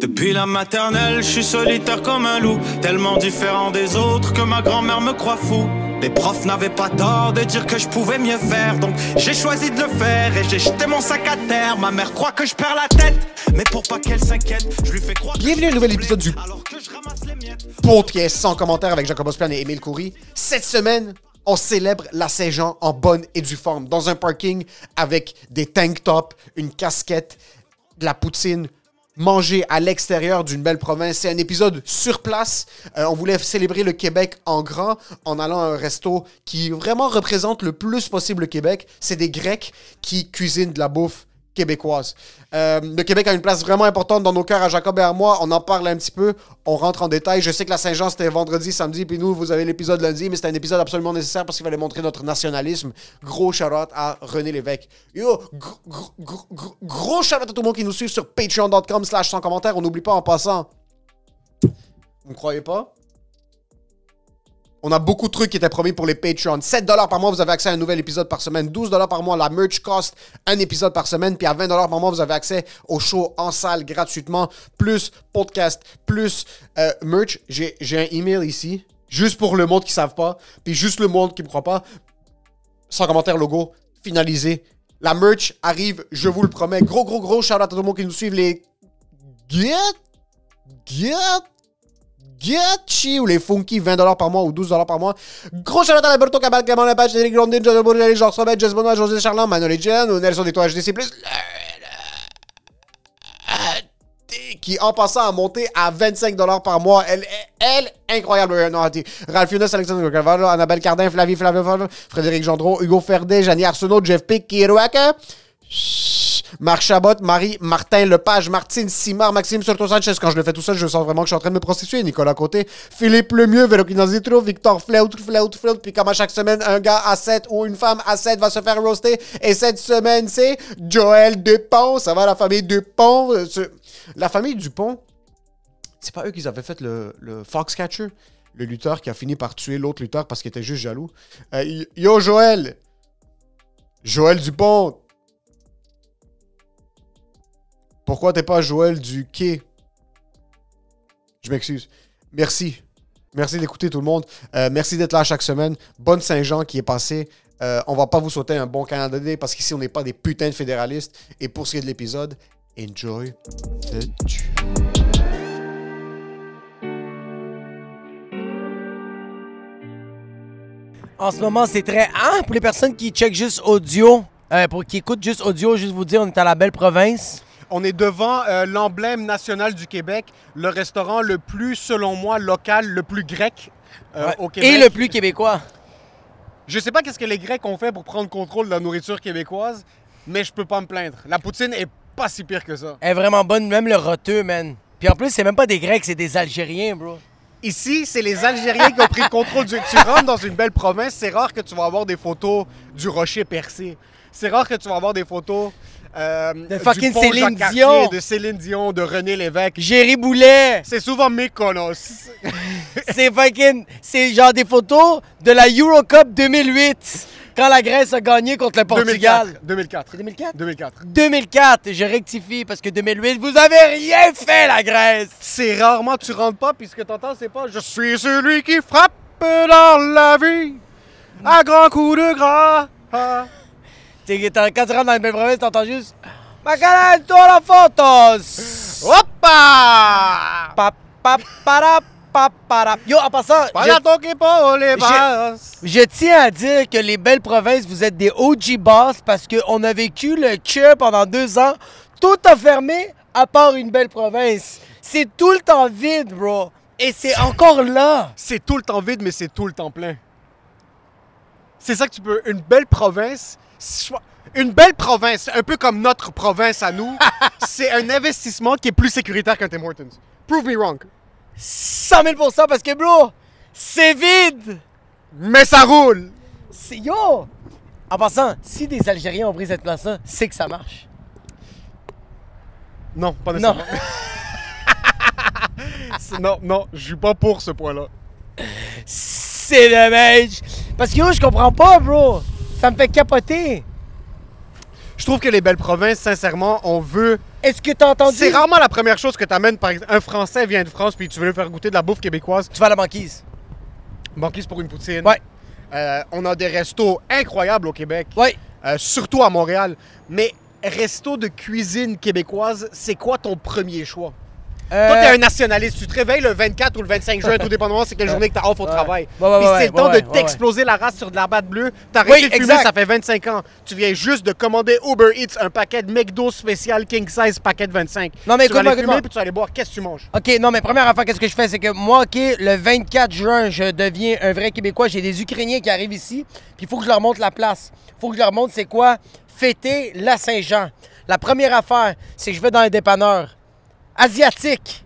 Depuis la maternelle, je suis solitaire comme un loup, tellement différent des autres que ma grand-mère me croit fou. Les profs n'avaient pas tort de dire que je pouvais mieux faire, donc j'ai choisi de le faire et j'ai jeté mon sac à terre. Ma mère croit que je perds la tête, mais pour pas qu'elle s'inquiète, je lui fais croire. que Bienvenue à un je nouvel suis épisode blé, du- Alors que je ramasse les miettes. Podcast sans commentaire avec Jacob Ospian et Émile Coury. Cette semaine, on célèbre la Saint-Jean en bonne et due forme, dans un parking avec des tank tops, une casquette, de la poutine, manger à l'extérieur d'une belle province. C'est un épisode sur place. Euh, on voulait célébrer le Québec en grand en allant à un resto qui vraiment représente le plus possible le Québec. C'est des Grecs qui cuisinent de la bouffe québécoise. Euh, le Québec a une place vraiment importante dans nos cœurs à Jacob et à moi. On en parle un petit peu. On rentre en détail. Je sais que la Saint-Jean, c'était vendredi, samedi, puis nous, vous avez l'épisode lundi, mais c'était un épisode absolument nécessaire parce qu'il fallait montrer notre nationalisme. Gros charlotte à René Lévesque. Yo, gr- gr- gr- gr- gros charlotte à tout le monde qui nous suit sur patreon.com slash sans commentaire. On n'oublie pas en passant. Vous ne croyez pas? On a beaucoup de trucs qui étaient promis pour les Patreons. 7 par mois, vous avez accès à un nouvel épisode par semaine. 12 par mois, la merch cost, un épisode par semaine. Puis à 20 par mois, vous avez accès au show en salle gratuitement, plus podcast, plus euh, merch. J'ai j'ai un email ici, juste pour le monde qui ne savent pas, puis juste le monde qui ne me croit pas. Sans commentaire, logo, finalisé. La merch arrive, je vous le promets. Gros, gros, gros shout-out à tout le monde qui nous suivent. Les Get, Get, Gucci ou les Funky, 20$ par mois ou 12$ par mois. Gros shout à Alberto Cabal, Clément Lepage, Cédric Grondin, José Bourgelis, Georges Robet, Jess Benoît, José Charland, Manuel Etienne, ou Nelson Détois HDC+, qui en passant a monté à 25$ par mois. Elle est, elle, incroyable. Euh, non, attends. Ralph Younes, Alexandre Cavallo, Annabelle Cardin, Flavie Flavio, Flavio, Frédéric Gendron, Hugo Ferdet, Janie Arsenault, Jeff Pick, Kirouaka. Marc Chabot, Marie, Martin Lepage, Martine Simard, Maxime Surto Sanchez. Quand je le fais tout seul, je sens vraiment que je suis en train de me prostituer. Nicolas Côté, Philippe Lemieux, Vélocina Zitro, Victor Flaut, Flaut, Flaut. Puis comme à chaque semaine, un gars à 7 ou une femme à 7 va se faire roaster. Et cette semaine, c'est Joël Dupont. Ça va, la famille Dupont? Euh, ce- La famille Dupont, c'est pas eux qui avaient fait le, le Foxcatcher? Le lutteur qui a fini par tuer l'autre lutteur parce qu'il était juste jaloux. Euh, yo, Joël! Joël Dupont, pourquoi t'es pas Joël du quai? Je m'excuse. Merci. Merci d'écouter tout le monde. Euh, merci d'être là chaque semaine. Bonne Saint-Jean qui est passée. Euh, on va pas vous souhaiter un bon Canada Day parce qu'ici, on n'est pas des putains de fédéralistes. Et pour ce qui est de l'épisode, enjoy the tune. En ce moment, c'est très. Hein? Pour les personnes qui checkent juste audio, euh, pour qui écoutent juste audio, juste vous dire, on est à la belle province. On est devant euh, l'emblème national du Québec, le restaurant le plus, selon moi, local, le plus grec euh, Ouais. au Québec. Et le plus québécois. Je sais pas qu'est-ce que les Grecs ont fait pour prendre contrôle de la nourriture québécoise, mais je peux pas me plaindre. La poutine est pas si pire que ça. Elle est vraiment bonne, même le roteux, man. Puis en plus, c'est même pas des Grecs, c'est des Algériens, bro. Ici, c'est les Algériens qui ont pris le contrôle du... Tu rentres dans une belle province, c'est rare que tu vas avoir des photos du rocher percé. C'est rare que tu vas avoir des photos... euh, du fucking pont Céline Jacques-Cartier, Dion. De Céline Dion, de René Lévesque. Jerry Boulet, C'est souvent Mykonos. c'est fucking. C'est genre des photos de la Eurocup 2008, quand la Grèce a gagné contre le Portugal. 2004. 2004. C'est 2004? 2004. 2004, je rectifie parce que 2008, vous avez rien fait, la Grèce! C'est rarement tu rentres pas, puis ce que t'entends, c'est pas « Je suis celui qui frappe dans la vie à grands coups de gras Ah. T'es- t'en- Quand tu rentres dans la belle province, t'entends juste. Macarena, la photos! Hoppa! Pa- pa- para- pa- para. Yo, en passant, je, Voilà ton qui pas les Je- basses. je tiens à dire que les belles provinces, vous êtes des OG boss parce qu'on a vécu le que pendant deux ans, tout a fermé à part une belle province. C'est tout le temps vide, bro. Et c'est encore là. C'est tout le temps vide, mais c'est tout le temps plein. C'est ça que tu peux... Une belle province... si je- Une belle province, un peu comme notre province à nous, c'est un investissement qui est plus sécuritaire qu'un Tim Hortons. Prove me wrong. 100 000 parce que, bro, c'est vide. Mais ça roule! C'est yo. En passant, si des Algériens ont pris cette place-là, c'est que ça marche. Non, pas Non. nécessairement. Ah. Non, non, je suis pas pour ce point-là. C'est dommage. Parce que yo, je comprends pas, bro. Ça me fait capoter. Je trouve que les belles provinces, sincèrement, on veut Est-ce que t'as entendu? C'est rarement la première chose que t'amènes. Par exemple, un Français vient de France puis tu veux lui faire goûter de la bouffe québécoise. Tu vas à la banquise. Banquise pour une poutine. Ouais. Euh, on a des restos incroyables au Québec. Ouais. Euh, surtout à Montréal. Mais resto de cuisine québécoise, c'est quoi ton premier choix? Euh, Toi, t'es un nationaliste. Tu te réveilles le 24 ou le 25 juin, tout dépendamment c'est quelle journée que t'as off au Ouais. travail. Ouais, ouais, Puis ouais, c'est ouais, le temps ouais, de ouais, t'exploser la race sur de la batte bleue. T'as arrêté Oui, de fumer, exact. ça fait 25 ans. Tu viens juste de commander Uber Eats, un paquet de McDo spécial King Size, paquet de 25. Non, mais tu vas aller écoute-moi, fumer, écoute-moi. puis tu vas aller boire. Qu'est-ce que tu manges? OK, non, mais première affaire, qu'est-ce que je fais? C'est que moi, OK, le 24 juin, je deviens un vrai Québécois. J'ai des Ukrainiens qui arrivent ici, puis il faut que je leur montre la place. Il faut que je leur montre c'est quoi fêter la Saint-Jean. La première affaire, c'est que je vais dans un dépanneur asiatique.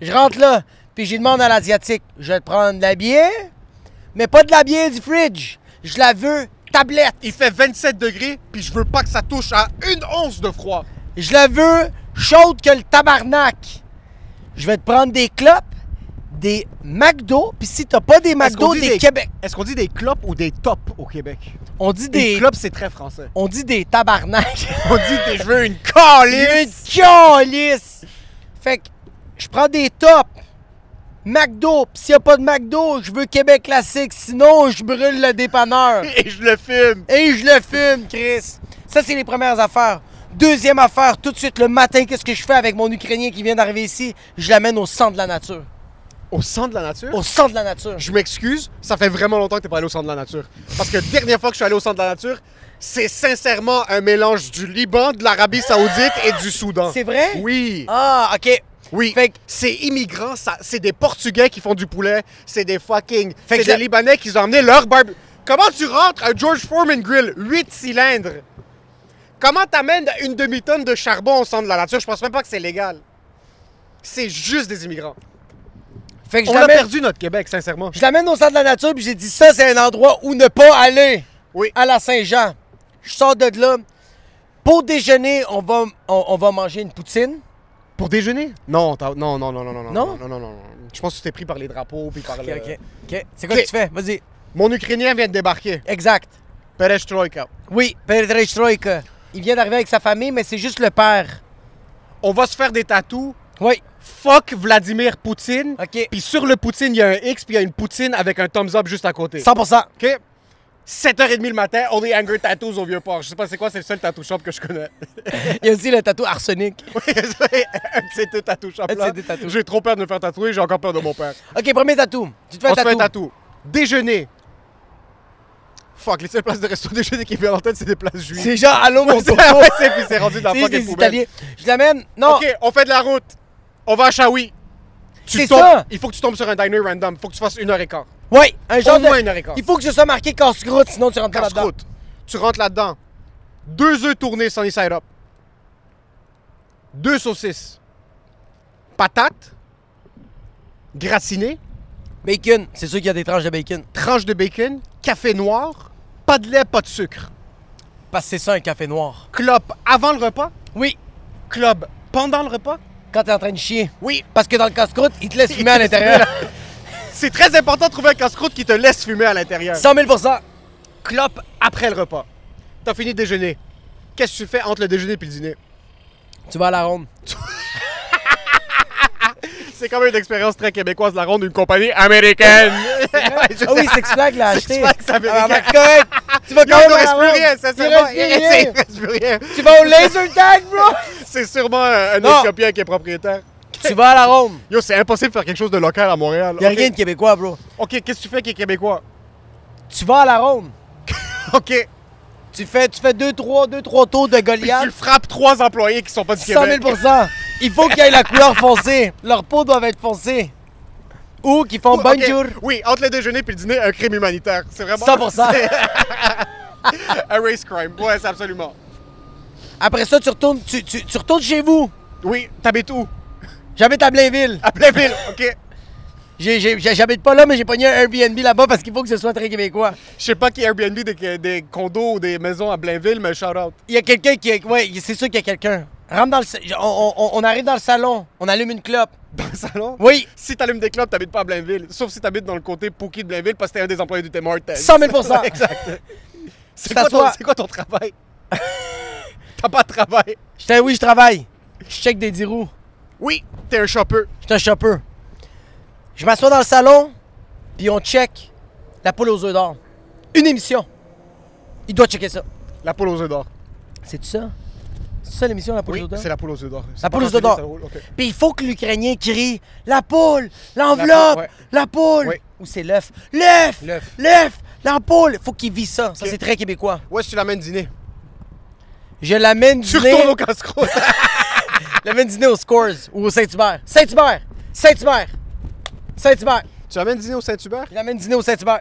Je rentre là, puis je demande à l'asiatique, je vais te prendre de la bière, mais pas de la bière du fridge. Je la veux tablette. Il fait 27 degrés, puis je veux pas que ça touche à une once de froid. Je la veux chaude que le tabarnak. Je vais te prendre des clopes, des McDo, puis si t'as pas des Est-ce qu'on McDo, dit des, Québec. Est-ce qu'on dit des clopes ou des tops au Québec? On dit Des, des, clopes, c'est très français. on dit des tabarnak. On dit des, je veux une Une calice! calisse. Fait que je prends des tops. McDo, pis s'il y a pas de McDo, je veux Québec classique, sinon je brûle le dépanneur. Et je le filme. Et je le fume, Chris. Ça, c'est les premières affaires. Deuxième affaire, tout de suite le matin, qu'est-ce que je fais avec mon Ukrainien qui vient d'arriver ici? Je l'amène au centre de la nature. Au centre de la nature? Au centre de la nature. Je m'excuse, ça fait vraiment longtemps que t'es pas allé au centre de la nature. Parce que dernière fois que je suis allé au centre de la nature, c'est sincèrement un mélange du Liban, de l'Arabie Saoudite et du Soudan. C'est vrai? Oui. Ah, OK. Oui. Fait que- c'est immigrants, ça- c'est des Portugais qui font du poulet, c'est des fucking. Fait que c'est des j'a- Libanais qui ont emmené leur barbe. Comment tu rentres un George Foreman Grill 8 cylindres? Comment t'amènes une demi-tonne de charbon au centre de la nature? Je pense même pas que c'est légal. C'est juste des immigrants. Fait que je On a l'amène, perdu notre Québec, sincèrement. je l'amène au centre de la nature, puis j'ai dit ça, c'est un endroit où ne pas aller. Oui. À la Saint-Jean. Je sors de là. Pour déjeuner, on va, on, on va manger une poutine. Pour déjeuner? Non, t'as- non, non, non, non, non, non, Non? non, non, non, non. Je pense que tu t'es pris par les drapeaux puis par le... Euh, OK. C'est quoi que tu fais? Vas-y. Mon Ukrainien vient de débarquer. Exact. Perestroika. Oui, Perestroika. Il vient d'arriver avec sa famille, mais c'est juste le père. On va se faire des tatous. Oui. Fuck Vladimir Poutine. OK. Puis sur le Poutine, il y a un X puis il y a une Poutine avec un thumbs up juste à côté. 100 OK? 7h30 le matin, on est Angry Tattoos au Vieux-Port. Je sais pas c'est quoi, c'est le seul tattoo shop que je connais. Il y a aussi le tatou arsenic. Oui, c'est un de ces deux tattoo shops Un de là. ces deux tattoos. J'ai trop peur de me faire tatouer, j'ai encore peur de mon père. OK, premier tatou. Tu te fais On un se fait un tatou. tatou. Déjeuner. Fuck, les seules places de resto déjeuner qui me viennent en tête, c'est des places juives. C'est genre, allô, mon Ouais, c'est coco. ouais, c'est- puis c'est rendu de la C'est fucking des poubelle. Italiens. Je l'amène. Non. Ok, on fait de la route. On va à Shawi. Tu C'est tombes- ça. Il faut que tu tombes sur un diner random. Il faut que tu fasses une heure et quart. Oui, un genre moins de... une heure et quart. Il faut que ce soit marqué casse-croûte, sinon tu rentres pas là-dedans. Casse-croûte. Tu rentres là-dedans. Deux œufs tournés sunny side up. Deux saucisses. Patates. Gratinées. Bacon, c'est sûr qu'il y a des tranches de bacon. Tranche de bacon. Café noir. Pas de lait, pas de sucre. Parce que c'est ça un café noir. Clope avant le repas. Oui, Clope pendant le repas. quand t'es en train de chier. Oui. Parce que dans le casse-croûte, il te laisse fumer à l'intérieur. C'est très important de trouver un casse-croûte qui te laisse fumer à l'intérieur. 100 000 clope après le repas. T'as fini de déjeuner. Qu'est-ce que tu fais entre le déjeuner et le dîner? Tu vas à la ronde. C'est quand même une expérience très québécoise, la ronde d'une compagnie américaine. Ouais, je Ah oui, sais. Six Flags l'a Six acheté. Flags américain. Ah, mais c'est correct. Tu vas Yo, quand même il ne à reste la plus ronde. rien, sincèrement. ah, Il Il reste plus reste- rien. il reste plus rien. Tu vas au laser tag, bro. C'est sûrement euh, un Non. Éthiopien qui est propriétaire. tu vas à la ronde. Yo, c'est impossible de faire quelque chose de local à Montréal. Y'a Ok. rien de québécois, bro. Ok, qu'est-ce que tu fais qui est québécois? Tu vas à la ronde. Ok. Tu fais, tu fais deux, trois, deux, trois tours de Puis Goliath. tu frappes trois employés qui sont pas du 100 Québec. 000 Il faut qu'il y ait la couleur foncée. Leurs peaux doivent être foncées. Ou qu'ils font Ok. Oh, bonjour. Oui, entre le déjeuner et le dîner, un crime humanitaire. C'est vraiment 100 un race crime. Ouais, c'est absolument. Après ça, tu retournes, tu, tu- tu retournes chez vous. Oui, t'habites où? J'habite à Blainville. À Blainville, ok. J'ai- j'ai- j'ai- J'habite pas là, mais j'ai pogné un Airbnb là-bas parce qu'il faut que ce soit très québécois. Je sais pas qui est Airbnb des, des condos ou des maisons à Blainville, mais shout out. Il y a quelqu'un qui. est- Ouais, c'est sûr qu'il y a quelqu'un. Rentre dans le. sa- On, on- on arrive dans le salon, on allume une clope. Dans le salon? Oui, Si t'allumes des clubs, t'habites pas à Blainville. Sauf si t'habites dans le côté Pookie de Blainville parce que t'es un des employés du Tim Hortons. 100 000 exact. C'est Tu quoi, ton- t'assois. c'est quoi ton travail? T'as pas de travail. J'étais oui, je travaille. Je check des 10 roues. Oui, t'es un shopper. Je suis un shopper. Je m'assois dans le salon, puis on check la poule aux œufs d'or. Une émission. Il doit checker ça. La poule aux œufs d'or. C'est ça? C'est ça l'émission, la poule Oui, aux œufs d'or? c'est la poule aux œufs d'or. C'est La pas poule aux rentré, œufs d'or. ça roule, ok. Puis il faut que l'Ukrainien crie La poule, La poule, l'enveloppe, ouais. la poule. Ouais. Ou c'est l'œuf. L'œuf! L'œuf. L'œuf! La poule! Faut qu'il vit ça. Ça, Ok. c'est très québécois. Ouais, si tu l'amènes dîner. Je l'amène Tu dîner, retournes au casse-croûte. je l'amène dîner au Scores ou au Saint-Hubert. Saint-Hubert! Saint-Hubert! Saint-Hubert! tu l'amènes dîner au Saint-Hubert? Je l'amène dîner au Saint-Hubert.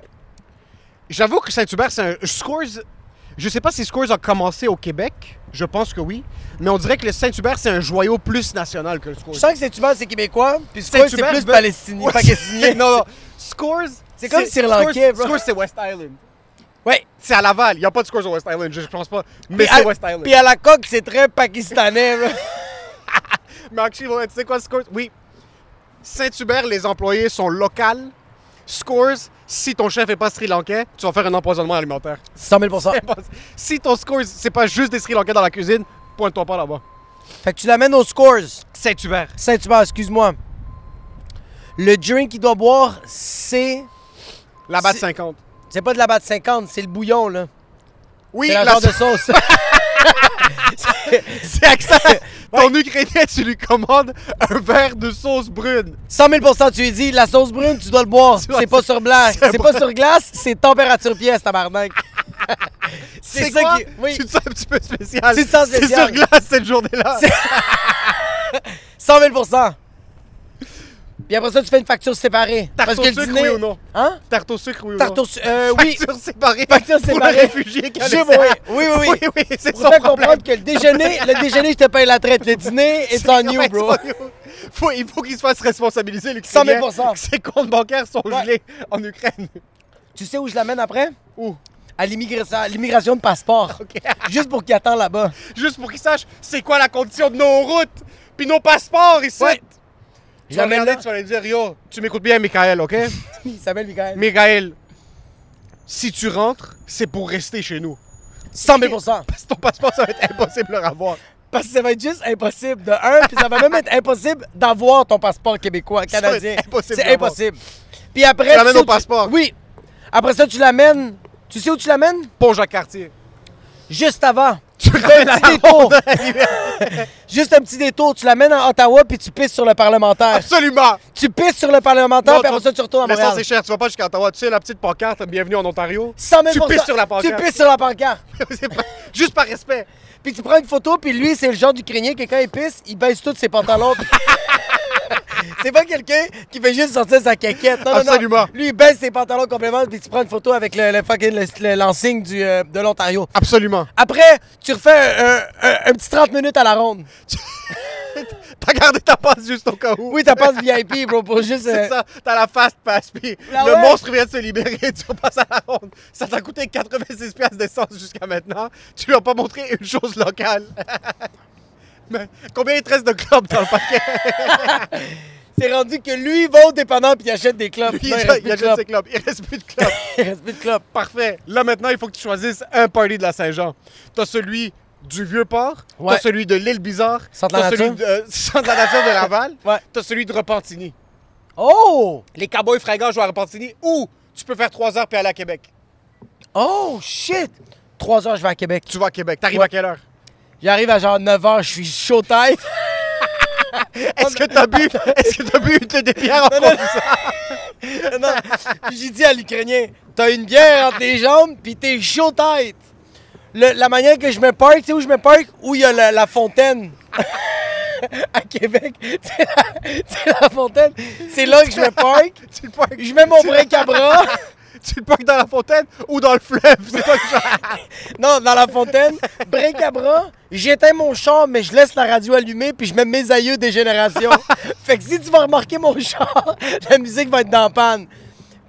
J'avoue que Saint-Hubert, c'est un. Scores. Je sais pas si Scores a commencé au Québec. Je pense que oui. Mais on dirait que le Saint-Hubert, c'est un joyau plus national que le Scores. Je sens que Saint-Hubert, c'est québécois, puis Scores, c'est Saint-Hubert plus veut- palestinien. ben. Ouais, Pakistinien. non, non. Scores. C'est comme Sri Lankais, Scores- bro. Scores, c'est West Island. Ouais. C'est à Laval. Il n'y a pas de Scores au West Island, je je pense pas. Mais Puis c'est à- West Island. Puis à la coque, c'est très pakistanais. là. Mais actually, ouais, tu sais quoi, Scores? Oui. Saint-Hubert, les employés sont locaux. Scores, si ton chef est pas Sri Lankais, tu vas faire un empoisonnement alimentaire. 100 000 Si ton Scores, c'est pas juste des Sri Lankais dans la cuisine, pointe-toi pas là-bas. Fait que tu l'amènes au Scores. Saint-Hubert. Saint-Hubert, excuse-moi. Le drink qu'il doit boire, c'est. Là-bas de C'est- 50. C'est pas de la batte 50, c'est le bouillon, là. Oui, C'est la la- genre de sauce. c'est accent. Ton Ukrainien, tu lui commandes un verre de sauce brune. 100 000 tu lui dis, la sauce brune, tu dois le boire. dois- C'est pas sur glace. c'est C'est pas bon. sur glace, c'est température pièce, tabarnak. c'est ça quoi? qui. Oui. Tu te sens un petit peu spécial. Tu te sens C'est spécial. sur glace cette journée-là. C'est- 100 000 Puis après ça, tu fais une facture séparée. Tarte au le sucre, dîner- oui ou non? Hein? Tarte au sucre, oui ou Tarte non? au su- euh, oui. Facture séparée. Facture Pour séparée. le réfugié qui a Je- laissé- oui, oui, oui, oui. oui, oui, c'est Pour son te faire problème. comprendre que le déjeuner, le déjeuner, je te paye la traite. Le dîner, it's on you, Ouais, bro. it's on you. Faut, il faut qu'il se fasse responsabiliser, le 100 000 Ukrainien, que Ses comptes bancaires sont Ouais. gelés en Ukraine. Tu sais où je l'amène après? Où? À l'immigration à l'immigration de passeport. Ok. Juste pour qu'il attend là-bas. Juste pour qu'ils sachent c'est quoi la condition de nos routes puis nos passeports ici. Ouais. Tu vas J'amène regarder, là. tu vas lui dire Yo, tu m'écoutes bien, Michael, ok Il s'appelle Michael. Michael, si tu rentres, c'est pour rester chez nous. 100 000 Parce que ton passeport, ça va être impossible de le revoir. Parce que ça va être juste impossible de un, puis ça va même être impossible d'avoir ton passeport québécois, Ça va être canadien. impossible C'est d'avoir. impossible. Puis après. Tu sais l'amènes où au passeport. Oui. Après ça, tu l'amènes. Tu sais où tu l'amènes? Pont Jacques-Cartier. Juste avant. Tu fais un ramènes la petit détour. Juste un petit détour. Tu l'amènes à Ottawa, puis tu pisses sur le parlementaire. Absolument. Tu pisses sur le parlementaire, puis après ça, tu retournes à L'essence Montréal. c'est cher. Tu vas pas jusqu'à Ottawa. Tu sais, la petite pancarte, bienvenue en Ontario. 100 000 Tu pisses sur la pancarte. Tu pisses sur la pancarte. C'est pas- Juste par respect. Puis tu prends une photo, puis lui, c'est le genre d'Ukrainien que quand il pisse, il baisse tous ses pantalons. c'est pas quelqu'un qui fait juste sortir sa caquette. Non, non, non. Absolument. Lui, il baisse ses pantalons complètement, puis tu prends une photo avec le, le fucking le- le- l'enseigne du, euh, de l'Ontario. Absolument. Après, tu refais un, un- un- un petit 30 minutes à la ronde. T'as gardé ta passe juste au cas où. Oui, ta passe VIP, bro, pour juste... euh, C'est ça, t'as la fast pass, puis Ah le ouais? monstre vient de se libérer, tu repasses à la ronde. Ça t'a coûté 86 piastres d'essence jusqu'à maintenant, tu lui as pas montré une chose locale. Mais combien il te reste de clubs dans le paquet? C'est rendu que lui, il va au dépanneur, puis il achète des clubs. Puis Non, il, il reste il plus a de juste clubs. ses clubs, il reste plus de clubs. Il reste plus de clubs. Parfait, là maintenant, il faut que tu choisisses un party de la Saint-Jean. T'as celui du Vieux-Port, Ouais. t'as celui de l'île Bizarre, Centre de la t'as celui de, Nature. euh, Centre de la Nature de Laval, Ouais. t'as celui de Repentigny. Oh! Les Cowboys fringants jouent à Repentigny ou tu peux faire 3 heures puis aller à Québec. Oh, shit! Trois heures, je vais à Québec. Tu vas à Québec, t'arrives Ouais. à quelle heure? J'arrive à genre 9h, je suis chaud tête. Est-ce que t'as bu? Est-ce que t'as bu une de bière en conduisant? Non, puis j'ai dit à l'Ukrainien, t'as une bière entre tes jambes, puis t'es chaud tête. Le- la manière que je me parque, tu sais où je me parque? Où il y a la, la fontaine. à Québec, c'est la, c'est la fontaine. C'est là que je me parque. Tu le parques. Je mets mon tu- break à bras. Tu le parques dans la fontaine ou dans le fleuve? C'est toi qui choisis. Non, dans la fontaine. Break à bras. J'éteins mon char, mais je laisse la radio allumée, puis je mets mes aïeux des générations. fait que si tu vas remarquer mon char, la musique va être dans la panne.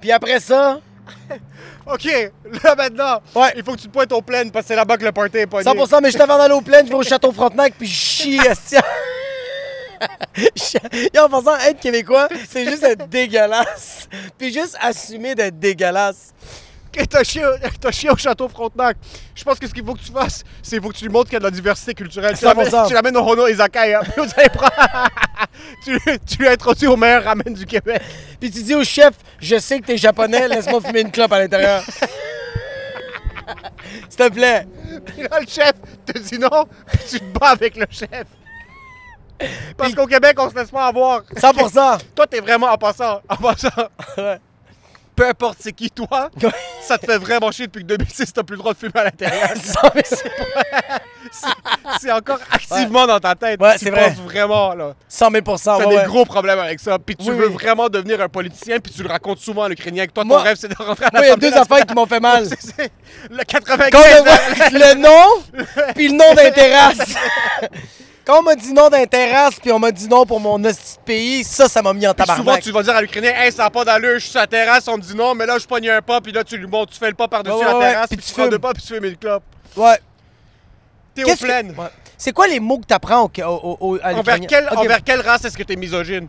Puis après ça, OK, là maintenant, Ouais. il faut que tu te pointes au plaine parce que c'est là-bas que le party est pogné. 100%, mais juste avant d'aller au plaines, je vais au château Frontenac, puis je chie, esti. Et en pensant être québécois, c'est juste être dégueulasse. Puis juste assumer d'être dégueulasse. que t'as chié, au- t'as chié au château Frontenac. Je pense que ce qu'il faut que tu fasses, c'est qu'il faut que tu lui montres qu'il y a de la diversité culturelle. Tu 100%. l'amènes- tu l'amènes au Hono Izakaya. Puis vous allez prendre- tu, tu lui introduis au meilleur ramen du Québec. Puis tu dis au chef, je sais que t'es japonais, laisse-moi fumer une clope à l'intérieur. S'il te plaît. Puis là, le chef te dit non, puis tu te bats avec le chef. Parce qu'au Québec, on se laisse pas avoir. 100%. Toi, t'es vraiment en passant. En passant. Ouais. Peu importe c'est qui, toi, Ouais. ça te fait vraiment chier depuis que 2006, t'as plus le droit de fumer à l'intérieur. Non, mais c'est- C'est encore activement dans ta tête. Ouais, tu c'est penses vrai. vraiment, là. 100 000 T'as ouais, des ouais. gros problèmes avec ça. Puis tu Oui, veux oui. vraiment devenir un politicien, puis tu le racontes souvent à l'Ukrainien que toi, Moi- ton rêve, c'est de rentrer à Moi, il y a deux l'Assemblée affaires qui m'ont fait mal. nationale. C'est- c'est- Le Quand on 95 me voit- le nom, puis le nom d'un terrasse. Quand on m'a dit non d'un terrasse, puis on m'a dit non pour mon hostie de pays, ça, ça m'a mis en Puis souvent, tabarnak. tu vas dire à l'Ukrainien, hey, ça n'a pas d'allure, je suis sur la terrasse, on me dit non, mais là, je pogne un pas, puis là, tu lui montes, tu fais le pas par-dessus Ouais, la ouais, ouais, terrasse, puis puis, tu tu fais fumes. deux pas, puis tu fais mille clopes. Ouais. T'es au Qu'est-ce que- plein. Ouais. C'est quoi les mots que t'apprends au, au, au, à Envers, l'Ukrainien? quelle- Ok. envers quelle race est-ce que t'es misogyne?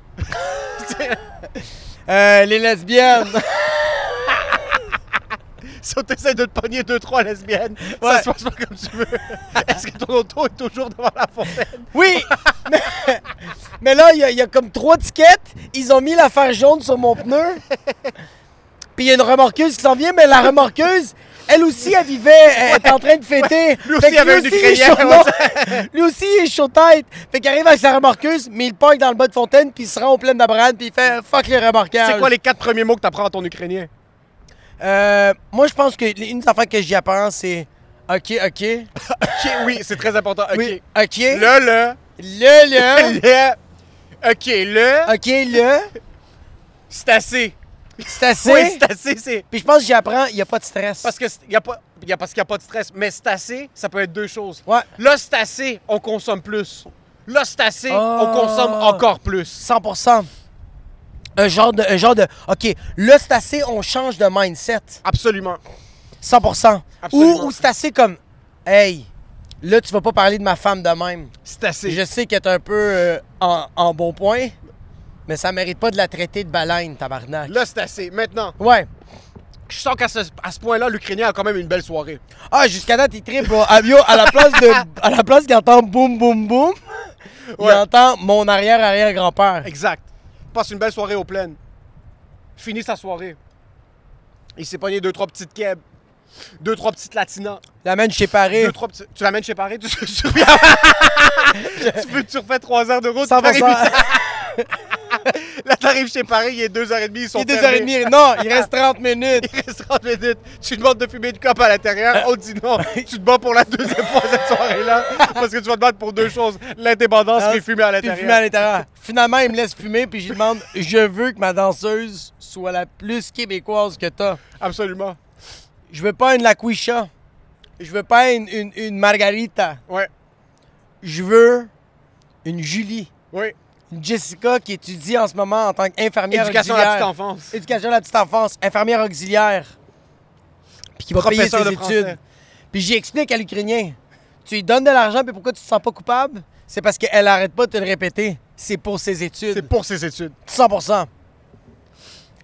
Euh, les lesbiennes. Si on t'essaie de te pogner deux, trois lesbiennes, Ouais. ça se passe pas comme tu veux. est-ce que ton auto est toujours devant la fontaine? Oui! Mais, mais là, il y, a- il y a comme trois tickets. Ils ont mis l'affaire jaune sur mon pneu. Puis il y a une remorqueuse qui s'en vient, mais la remorqueuse, elle aussi, elle vivait, elle était en train de fêter. Lui Fait aussi, que avait un aussi, il est Ukrainien, chaud- non. Lui aussi, il est chaud tête. Fait qu'il arrive avec sa remorqueuse, mais il parque dans le bas de fontaine, puis il se rend au plein de la brade, puis il fait fuck les remorqueurs. C'est quoi les quatre premiers mots que t'apprends à ton Ukrainien? Euh, moi, je pense que l- une des affaires que j'y apprends, c'est OK, OK. Ok, oui, c'est très important. Ok. Oui, OK. Le, Le, le, le. le. Ok, le, OK, le. c'est assez. C'est assez. Oui, c'est assez, c'est. Puis je pense que j'y apprends, il n'y a pas de stress. Parce que c'est- y a pas, y a, parce qu'il n'y a pas de stress. Mais stacé, ça peut être deux choses. Ouais. Là, stacé, on consomme plus. Là, stacé, on Ah. consomme encore plus. 100 un genre, de, un genre de. OK, là, c'est assez, on change de mindset. Absolument. 100 Ou, Absolument. ou c'est assez comme. Hey, là, tu vas pas parler de ma femme de même. Stacé. Je sais qu'elle est un peu euh, en, en bon point, mais ça mérite pas de la traiter de baleine, tabarnak. Là, stacé. Maintenant, Ouais. je sens qu'à ce, à ce point-là, l'Ukrainien a quand même une belle soirée. Ah, jusqu'à date, il tripe, bro. Ah, yo, à la place de, à la place qu'il entend boum, boum, boum, il Ouais. entend mon arrière-arrière-grand-père. Exact. Passe une belle soirée aux plaines. Finit sa soirée. Il s'est pogné deux, trois petites kebs. Deux, trois petites latinas. La mène chez Paris. Deux, trois petits- Tu l'amènes chez Paris, tu, tu, reviens- tu, peux- tu refais trois heures de route. t'arrives 100 Là, t'arrives chez Paris, il est 2h30, ils sont Il est fermés. 2h30. Non, il reste 30 minutes. Il reste 30 minutes. Tu demandes de fumer une cop à l'intérieur, on te dit non. Tu te bats pour la deuxième fois cette soirée-là parce que tu vas te battre pour deux choses l'indépendance Ah, puis fumer à puis fumer à l'intérieur. l'intérieur. Finalement, il me laisse fumer, puis je lui demande Je veux que ma danseuse soit la plus québécoise que t'as. Absolument. Je veux pas une laquicha. Je veux pas une, une, une margarita. Ouais. Je veux une Julie. Oui. Une Jessica qui étudie en ce moment en tant qu'infirmière Éducation à la auxiliaire. petite enfance. Éducation à la petite enfance, infirmière auxiliaire. Puis qui va Professeur payer de ses français. études. Puis j'y explique à l'Ukrainien. Tu lui donnes de l'argent, puis pourquoi tu te sens pas coupable? C'est parce qu'elle arrête pas de te le répéter. C'est pour ses C'est études. pour ses études. 100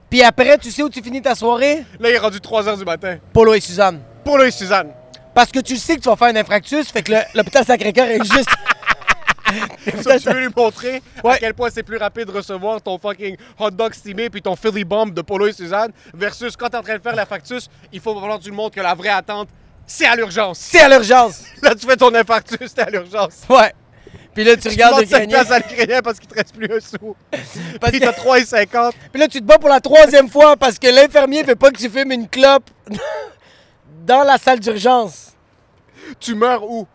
Puis après, tu sais où tu finis ta soirée? Là, il est rendu 3h du matin. Polo et Suzanne. Pour lui, Suzanne. Parce que tu le sais que tu vas faire un infractus, fait que le- l'hôpital Sacré-Cœur est juste... Ça, tu veux lui montrer Ouais. à quel point c'est plus rapide de recevoir ton fucking hot dog steamé puis ton Philly Bomb de Polo et Suzanne versus quand t'es en train de faire la factus, il faut falloir que tu lui montres que la vraie attente, c'est à l'urgence. C'est à l'urgence! Là, tu fais ton infarctus, c'est à l'urgence. Ouais. Puis là, tu regardes tu le demandes cinq grenier. places à l'Ukrainien parce qu'il te reste plus un sou. Parce Puis que- t'as 3,50. Puis là, tu te bats pour la troisième fois parce que l'infirmier veut pas que tu fumes une clope dans la salle d'urgence. Tu meurs où?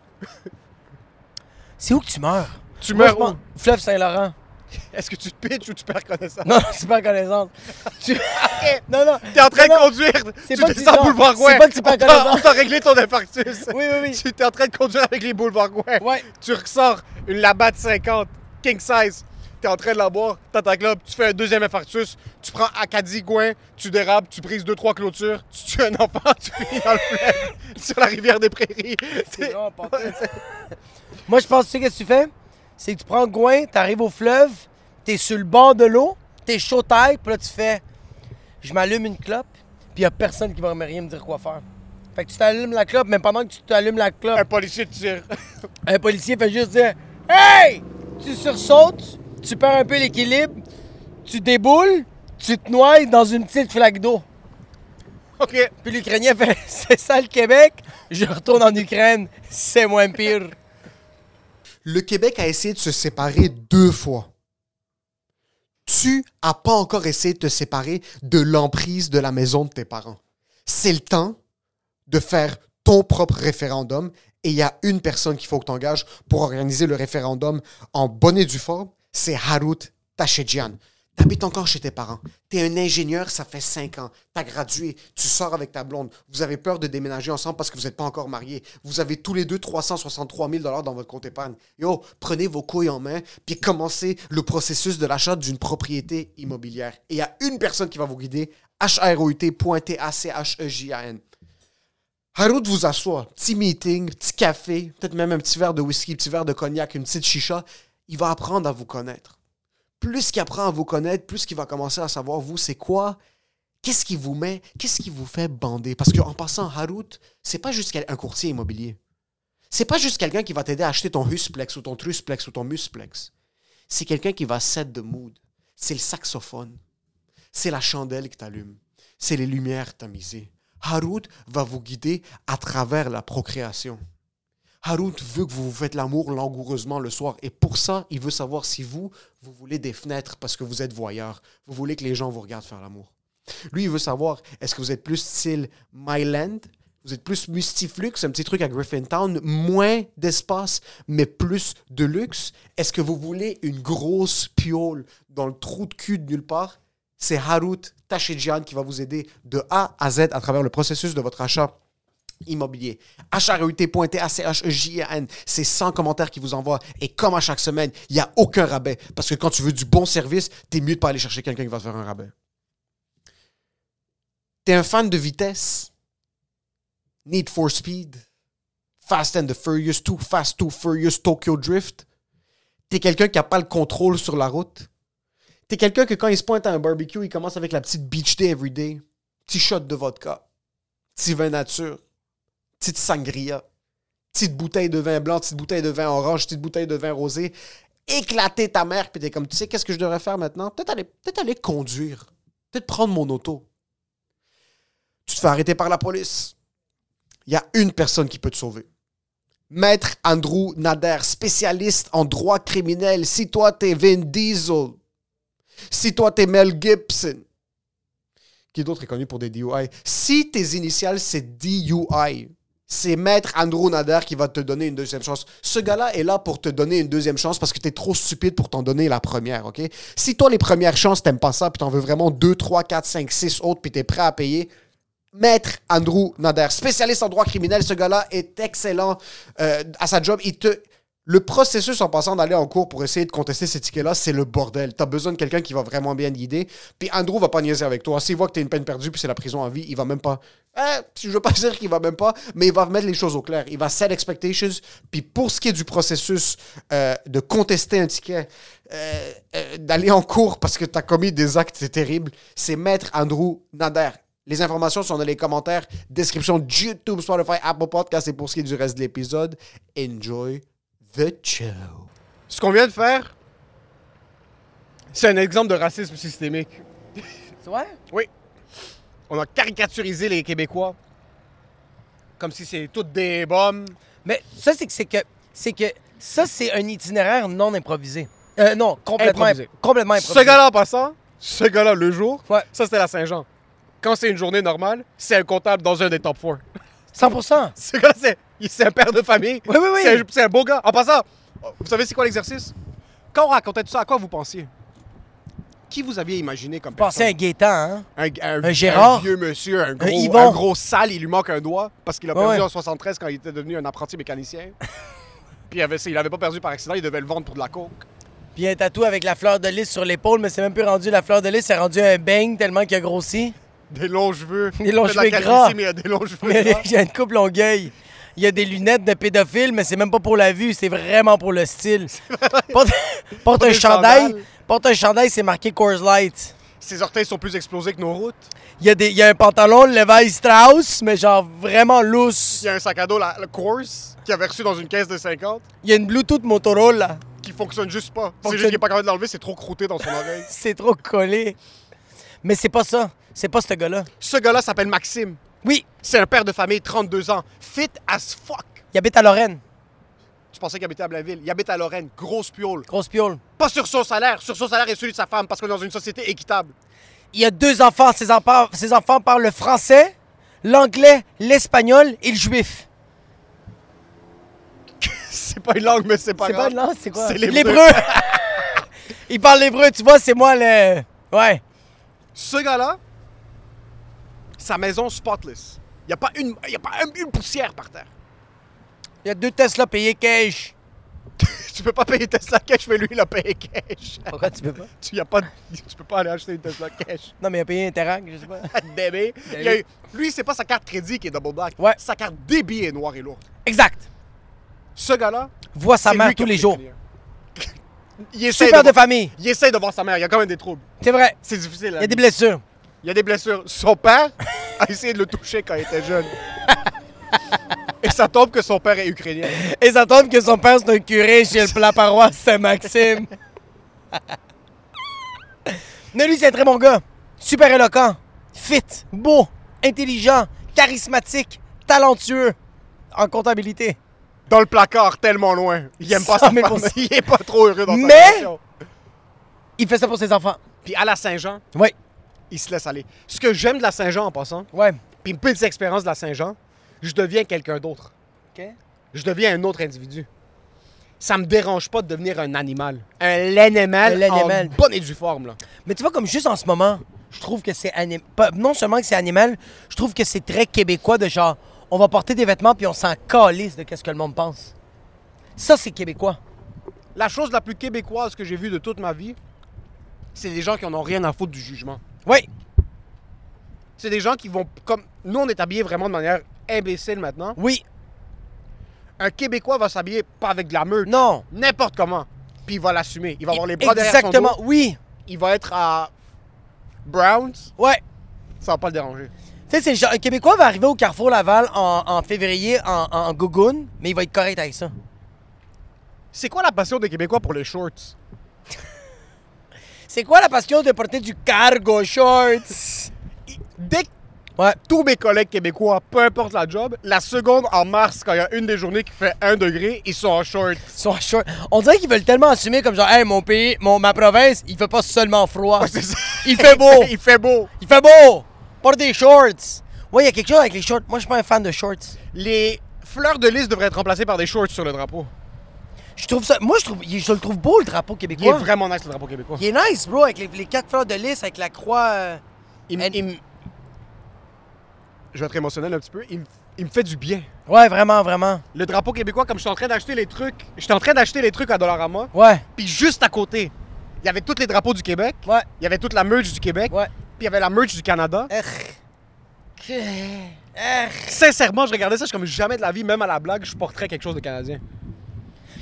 C'est où que tu meurs? Tu Moi, je meurs pense- où? Fleuve Saint-Laurent. Est-ce que tu te pitches ou tu perds connaissance? Non, c'est pas connaissance. Tu... non, non. T'es en train Non, de non. conduire, C'est tu pas que tu- descends non, boulevard c'est Gouin. pas que tu perds On t'a- connaissance. On t'a réglé ton infarctus. Oui, oui, oui. Tu t'es en train de conduire avec les boulevards Gouin. Ouais. Tu ressors une Labatt 50, king size. T'es en train de la boire, t'as ta clope, tu fais un deuxième infarctus, tu prends Acadie Gouin, tu dérapes, tu brises deux, trois clôtures, tu tues un enfant, tu finis dans le fleuve, sur la rivière des prairies. C'est vraiment pas ça. Moi, je pense, tu sais, qu'est-ce que tu fais? C'est que tu prends Gouin, t'arrives au fleuve, t'es sur le bord de l'eau, t'es chaud taille, puis là, tu fais. Je m'allume une clope, puis il n'y a personne qui va me rien me dire quoi faire. Fait que tu t'allumes la clope, mais pendant que tu t'allumes la clope, Un policier tire. un policier fait juste dire Hey! Tu sursautes, tu perds un peu l'équilibre, tu déboules, tu te noies dans une petite flaque d'eau. OK. Puis l'Ukrainien fait C'est ça le Québec, je retourne en Ukraine, c'est moins pire. Le Québec a essayé de se séparer deux fois. Tu as pas encore essayé de te séparer de l'emprise de la maison de tes parents. C'est le temps de faire ton propre référendum et il y a une personne qu'il faut que tu engages pour organiser le référendum en bonne et due forme, c'est Harut Tachedjian. T'habites encore chez tes parents. T'es un ingénieur, ça fait cinq ans. T'as gradué, tu sors avec ta blonde. Vous avez peur de déménager ensemble parce que vous n'êtes pas encore mariés. Vous avez tous les deux 363 000 dollars dans votre compte épargne. Yo, prenez vos couilles en main puis commencez le processus de l'achat d'une propriété immobilière. Et il y a une personne qui va vous guider, E H-R-O-U-T.T-A-C-H-E-J-A-N. Harout vous assoit. Petit meeting, petit café, peut-être même un petit verre de whisky, petit verre de cognac, une petite chicha. Il va apprendre à vous connaître. Plus qu'il apprend à vous connaître, plus qu'il va commencer à savoir vous, c'est quoi, qu'est-ce qui vous met, qu'est-ce qui vous fait bander. Parce qu'en passant, Harout, c'est pas juste quel- un courtier immobilier. C'est pas juste quelqu'un qui va t'aider à acheter ton husplex ou ton trusplex ou ton musplex. C'est quelqu'un qui va set de mood. C'est le saxophone. C'est la chandelle que t'allumes. C'est les lumières tamisées. Harout va vous guider à travers la procréation. Harout veut que vous vous faites l'amour langoureusement le soir. Et pour ça, il veut savoir si vous, vous voulez des fenêtres parce que vous êtes voyeur. Vous voulez que les gens vous regardent faire l'amour. Lui, il veut savoir, est-ce que vous êtes plus style Myland? Vous êtes plus Mustiflux, un petit truc à Griffintown, moins d'espace, mais plus de luxe? Est-ce que vous voulez une grosse piole dans le trou de cul de nulle part? C'est Harut Tachidjian qui va vous aider de A à Z à travers le processus de votre achat immobilier. E H-R-U-T.T-A-C-H-E-J-A-N. E C'est 100 commentaires qui vous envoient. Et comme à chaque semaine, il n'y a aucun rabais. Parce que quand tu veux du bon service, t'es mieux de pas aller chercher quelqu'un qui va te faire un rabais. T'es un fan de vitesse? Need for Speed? Fast and the Furious? Too Fast, Too Furious? Tokyo Drift? T'es quelqu'un qui n'a pas le contrôle sur la route? T'es quelqu'un que quand il se pointe à un barbecue, il commence avec la petite beach day everyday, petit shot de vodka, petit vin nature, petite sangria, petite bouteille de vin blanc, petite bouteille de vin orange, petite bouteille de vin rosé. Éclater ta mère, puis t'es comme, tu sais, qu'est-ce que je devrais faire maintenant? Peut-être aller, peut aller conduire. Peut-être prendre mon auto. Tu te fais arrêter par la police. Il y a une personne qui peut te sauver. Maître Andrew Nader, spécialiste en droit criminel. Si toi, t'es Vin Diesel, si toi, t'es Mel Gibson, qui d'autre est connu pour des DUI, si tes initiales, c'est DUI, c'est Maître Andrew Nader qui va te donner une deuxième chance. Ce gars-là est là pour te donner une deuxième chance parce que t'es trop stupide pour t'en donner la première, OK? Si toi, les premières chances, t'aimes pas ça, puis t'en veux vraiment 2, 3, 4, 5, 6 autres, puis t'es prêt à payer, Maître Andrew Nader, spécialiste en droit criminel, ce gars-là est excellent euh, à sa job. Il te... Le processus en passant d'aller en cours pour essayer de contester ces tickets-là, c'est le bordel. T'as besoin de quelqu'un qui va vraiment bien te guider. Puis Andrew va pas niaiser avec toi. S'il voit que t'es une peine perdue puis c'est la prison à vie, il va même pas. Eh, je veux pas dire qu'il va même pas, mais il va mettre les choses au clair. Il va set expectations. Puis pour ce qui est du processus euh, de contester un ticket, euh, euh, d'aller en cours parce que t'as commis des actes terribles, c'est maître Andrew Nader. Les informations sont dans les commentaires, description YouTube, Spotify, Apple Podcast et pour ce qui est du reste de l'épisode, enjoy the show. Ce qu'on vient de faire, c'est un exemple de racisme systémique. C'est vrai? Oui. On a caricaturisé les Québécois. Comme si c'est toutes des bombes. Mais ça, c'est que c'est que c'est que ça, c'est un itinéraire non improvisé. Euh, non, complètement Improvisé. improvisé. Complètement Ce improvisé. gars-là en passant, ce gars-là le jour, Ouais. ça c'était la Saint-Jean. Quand c'est une journée normale, c'est un comptable dans un des top 4. 100 Ce gars-là, c'est, il- c'est un père de famille. Oui, oui, oui. C'est un, c'est un beau gars. En passant, vous savez c'est quoi l'exercice? Quand on racontait tout ça, à quoi vous pensiez? Qui vous aviez imaginé comme Pensez à un personne? Gaétan, hein? Un, un- un Gérard? Un vieux monsieur, un gros, Yvon? un gros sale, il lui manque un doigt parce qu'il a Ouais, perdu ouais. en 73 quand il était devenu un apprenti mécanicien. Puis il avait, il avait pas perdu par accident, il devait le vendre pour de la coke. Puis un tatou avec la fleur de lys sur l'épaule, mais c'est même plus rendu la fleur de lys, c'est rendu un bang tellement qu'il a grossi. Des longs cheveux. Des longs Il fait de la cheveux calvitie, gras. mais il a des longs cheveux gras. J'ai une coupe longueuil. Il y a des lunettes de pédophile, mais c'est même pas pour la vue, c'est vraiment pour le style. Porte, porte Pas un des chandail, sandales. porte un chandail, c'est marqué Coors Light. Ses orteils sont plus explosés que nos routes. Il y, a des- il y a un pantalon Levi Strauss, mais genre vraiment lousse. Il y a un sac à dos, la, le Course, qu'il avait reçu dans une caisse de 50, Il y a une Bluetooth Motorola. qui fonctionne juste pas. C'est Fonctionne- juste qu'il est pas capable de l'enlever, c'est trop croûté dans son oreille. C'est trop collé. Mais c'est pas ça. C'est pas ce gars-là. Ce gars-là s'appelle Maxime. Oui, C'est un père de famille, 32 ans. Fit as fuck. il habite à Lorraine. Tu pensais qu'il habitait à Blainville. Il habite à Lorraine, grosse piole. Grosse piole. Pas sur son salaire, sur son salaire et celui de sa femme, parce qu'on est dans une société équitable. Il y a deux enfants. Ses, enfants. ses enfants parlent le français, l'anglais, l'espagnol et le juif. C'est pas une langue, mais c'est pas C'est pas grave. de l'anglais, c'est quoi? C'est l'hébreu. L'hébreu. il parle l'hébreu. Tu vois, c'est moi le... Ouais. Ce gars-là, sa maison spotless. Il n'y a pas, une, y a pas un- une poussière par terre. Il y a deux Tesla payés cash. Tu peux pas payer Tesla cash, mais lui, il a payé cash. Pourquoi tu peux pas? Tu, y a pas, de- tu peux pas aller acheter une Tesla cash. Non, mais il a payé Interac, je sais pas. Débit. Ben Il y a eu- lui, c'est pas sa carte crédit qui est double black. Ouais. Sa carte débit est noire et lourde. Exact. Ce gars-là, Voit sa c'est mère lui qui tous a les pris jours. le lien. il essaie Super de voir- famille. Il essaie de voir sa mère. Il y a quand même des troubles. C'est vrai. C'est difficile. hein. Il y a des blessures. Il y a des blessures. Son père a essayé de le toucher quand il était jeune. Et ça tombe que son père est ukrainien. Et ça tombe que son père, c'est un curé chez le- la paroisse Saint-Maxime. Mais lui, c'est un très bon gars. Super éloquent. Fit. Beau. Intelligent. Charismatique. Talentueux. En comptabilité. Dans le placard, tellement loin. Il aime pas sa 100 000 femme. Il est pas trop heureux dans Mais- sa relation. Il fait ça pour ses enfants. Puis à la Saint-Jean, Oui. il se laisse aller. Ce que j'aime de la Saint-Jean en passant, Ouais. puis une petite expérience de la Saint-Jean, je deviens quelqu'un d'autre. OK. Je deviens un autre individu. Ça me dérange pas de devenir un animal. Un animal, Un animal. en bonne et due forme. Là. Mais tu vois, comme juste en ce moment, je trouve que c'est anim... pas- Non seulement que c'est animal, je trouve que c'est très québécois de genre, on va porter des vêtements puis on s'en calisse de qu'est-ce que le monde pense. Ça, c'est québécois. La chose la plus québécoise que j'ai vue de toute ma vie, c'est des gens qui en ont rien à foutre du jugement. Oui. C'est des gens qui vont comme nous on est habillés vraiment de manière imbécile maintenant. Oui. Un Québécois va s'habiller pas avec de la meute, Non. n'importe comment, puis il va l'assumer. Il va avoir les bras derrière son dos. Exactement. Oui. Il va être à Browns, Ouais. ça va pas le déranger. Tu sais, c'est le genre, un Québécois va arriver au Carrefour Laval en, en février en, en, en gougoune, mais il va être correct avec ça. C'est quoi la passion des Québécois pour les shorts C'est quoi la passion de porter du cargo shorts? Dès que Ouais. tous mes collègues québécois, peu importe la job, la seconde en mars quand il y a une des journées qui fait 1 degré, ils sont en shorts. ils sont en short. On dirait qu'ils veulent tellement assumer comme genre, hey, mon pays, mon, ma province, il fait pas seulement froid. Il fait beau. Ah, il fait beau. Il fait beau! Porte des shorts! Ouais, il y a quelque chose avec les shorts. Moi, je suis pas un fan de shorts. Les fleurs de lys devraient être remplacées par des shorts sur le drapeau. Je trouve ça. Moi, je, trouve, je le trouve beau, le drapeau Il est québécois. vraiment nice le drapeau québécois. Il est nice, bro, avec les, les quatre fleurs de lys, avec la croix. euh, Il m- And- il m- Je vais être émotionnel un petit peu. Il, m- il me fait du bien. Ouais, vraiment, vraiment. Le drapeau québécois, comme je suis en train d'acheter les trucs, j'étais en train d'acheter les trucs à Dollarama, Ouais, puis juste à côté, il y avait tous les drapeaux du Québec, ouais, il y avait toute la merch du Québec, ouais. puis il y avait la merch du Canada. Err. Que- Err. Sincèrement, je regardais ça, je suis comme jamais de la vie, même à la blague, je porterais quelque chose de canadien.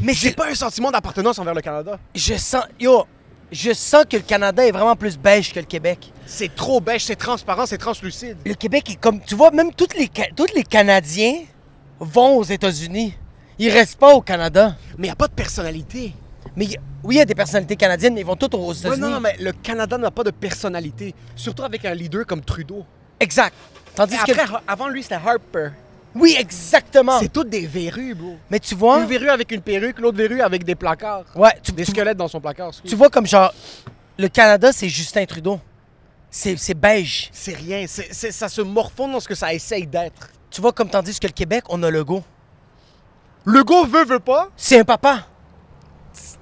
Mais J'ai c'est pas. pas un sentiment d'appartenance envers le Canada. Je sens. Yo, je sens que le Canada est vraiment plus beige que le Québec. C'est trop beige, c'est transparent, c'est translucide. Le Québec est comme. Tu vois, même tous les, Ca- tous les Canadiens vont aux États-Unis. Ils restent pas au Canada. Mais y a pas de personnalité. Mais il y a- oui, il y a des personnalités canadiennes, mais ils vont toutes aux Ouais, États-Unis. non, mais le Canada n'a pas de personnalité, surtout avec un leader comme Trudeau. Exact. Tandis Après, que. Ah. ha- avant lui, c'était Harper. Oui, exactement. C'est toutes des verrues, bro. Mais tu vois. Une verrue avec une perruque, l'autre verrue avec des placards. Ah. Ouais, tu, Des tu- squelettes dans son placard. excuse. tu vois comme genre. Le Canada, c'est Justin Trudeau. C'est c'est beige. C'est rien. c'est- c'est- ça se morfond dans ce que ça essaye d'être. Tu vois comme tandis que le Québec, on a le go. Le gars veut, veut pas. C'est un papa.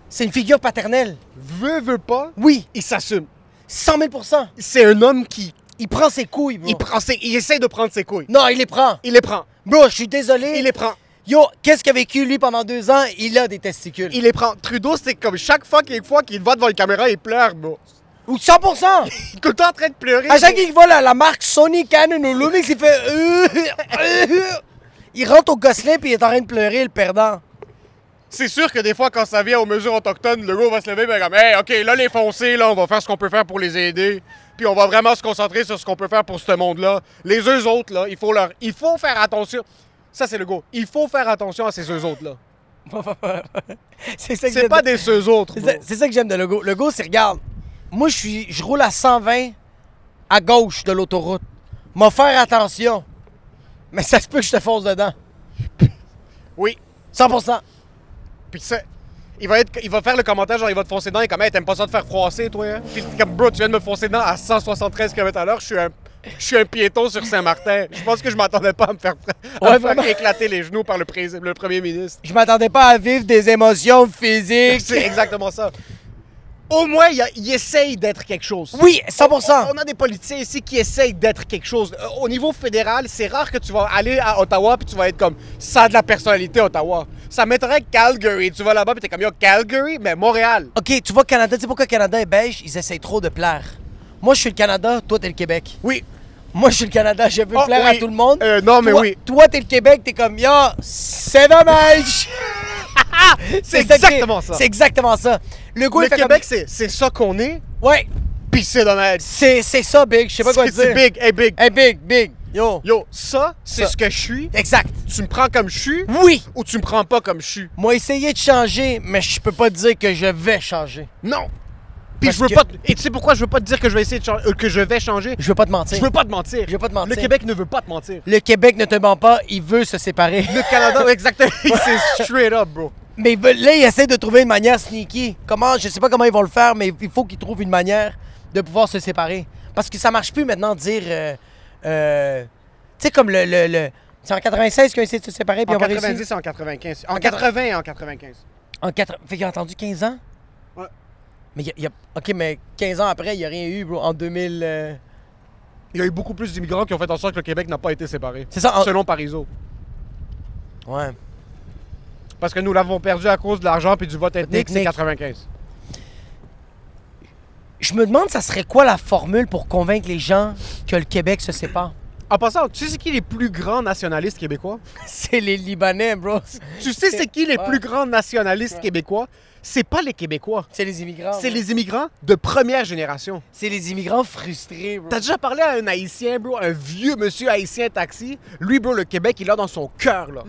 C'est une figure paternelle. Veut, veut pas. Oui, Il s'assume. 100 000 C'est un homme qui. Il prend ses couilles, bro. Il, prend ses- il essaie de prendre ses couilles. Non, il les prend. Il les prend. Bro, je suis désolé. Il les prend. Yo, qu'est-ce qu'il a vécu, lui, pendant deux ans? Il a des testicules. Il les prend. Trudeau, c'est comme chaque fois qu'il fois qu'il va devant la caméra, il pleure, bro. Ou 100 Il est tout le temps en train de pleurer. À bro. chaque fois qu'il voit la, la marque Sony, Canon ou Lumix, il fait... euh, euh, euh. il rentre au gosselin puis il est en train de pleurer, le perdant. C'est sûr que des fois, quand ça vient aux mesures autochtones, le gars va se lever et comme, hey, OK, là, les foncés, là, on va faire ce qu'on peut faire pour les aider. Puis on va vraiment se concentrer sur ce qu'on peut faire pour ce monde-là. Les eux autres, là, il faut leur. Il faut faire attention. Ça, c'est le go. Il faut faire attention à ces eux autres-là. c'est ça que C'est j'aime pas de- des eux autres. c'est bro. ça- C'est ça que j'aime de Lego. Lego, c'est regarde, moi je suis je roule à 120 à gauche de l'autoroute. M'a faire attention. Mais ça se peut que je te fonce dedans. Oui. 100%. Puis ça. Il va, être, il va faire le commentaire, genre, il va te foncer dedans et comme, hey, t'aimes pas ça te faire froisser, toi, hein? Puis t'es comme, bro, tu viens de me foncer dedans à 173 km à l'heure, je suis un. Je suis un piéton sur Saint-Martin. Je pense que je m'attendais pas à me faire, à me Ouais, faire vraiment. éclater les genoux par le, pré- le premier ministre. Je m'attendais pas à vivre des émotions physiques. C'est exactement ça. Au moins, il, y a- il essaye d'être quelque chose. Oui, 100%. On a des politiciens ici qui essayent d'être quelque chose. Euh, Au niveau fédéral, c'est rare que tu vas aller à Ottawa puis tu vas être comme ça a de la personnalité Ottawa. Ça m'étonnerait que Calgary. Tu vas là-bas puis t'es comme yo Calgary, mais Montréal. OK, tu vois, Canada, tu sais pourquoi Canada est beige? Ils essayent trop de plaire. Moi, je suis le Canada, toi, t'es le Québec. Oui. Moi, je suis le Canada, je veux Oh, plaire oui. à tout le monde. Euh, non, mais Toi- oui. Toi, t'es le Québec, t'es comme, yo, c'est dommage! C'est que- exactement ça. C'est exactement ça. Le goût, Le Québec, c'est c'est ça qu'on est. Ouais, Puis c'est dommage. c'est c'est ça, Big. Je sais pas quoi C'est- te C'est dire. big, hey big. Hey, Big, Big. Yo. Yo, ça, c'est Ça. ce que je suis. Exact. Tu me prends comme je suis Oui! ou tu me prends pas comme je suis. Moi, essayer de changer, mais je peux pas te dire que je vais changer. Non. Puis Parce je veux que- pas. te- Et tu sais pourquoi je veux pas te dire que je vais essayer de changer, euh, que je vais changer. Je veux pas te mentir. Je veux pas te mentir. Je veux pas te mentir. Le Québec ne veut pas te mentir. Le Québec ne te ment pas, il veut se séparer. Le Canada, ouais, exactement. C'est straight up, bro. Mais ils veulent- là, ils essaient de trouver une manière sneaky. Comment, je sais pas comment ils vont le faire, mais il faut qu'ils trouvent une manière de pouvoir se séparer. Parce que ça marche plus maintenant de dire. euh, euh, tu sais, comme le. le, le- c'est en 96 qu'ils ont essayé de se séparer, puis En on va réussir. 90 et en 95. En En 80 et en 95. En 80. Fait qu'ils ont attendu 15 ans? Ouais. Mais il y a- il y a- OK, mais 15 ans après, il n'y a rien eu, bro. En 2000. euh, Il y a eu beaucoup plus d'immigrants qui ont fait en sorte que le Québec n'a pas été séparé. C'est ça, en- Selon Parizeau. Ouais. Parce que nous l'avons perdu à cause de l'argent puis du vote ethnique, c'est Ethnique. 95. Je me demande, ça serait quoi la formule pour convaincre les gens que le Québec se sépare? En passant, tu sais c'est qui les plus grands nationalistes québécois? c'est les Libanais, bro. Tu sais c'est qui les Ouais. plus grands nationalistes québécois? C'est pas les Québécois. C'est les immigrants. C'est Ah, ouais. les immigrants de première génération. C'est les immigrants frustrés, bro. T'as déjà parlé à un haïtien, bro, un vieux monsieur haïtien taxi. Lui, bro, le Québec, il l'a dans son cœur, Mm. là.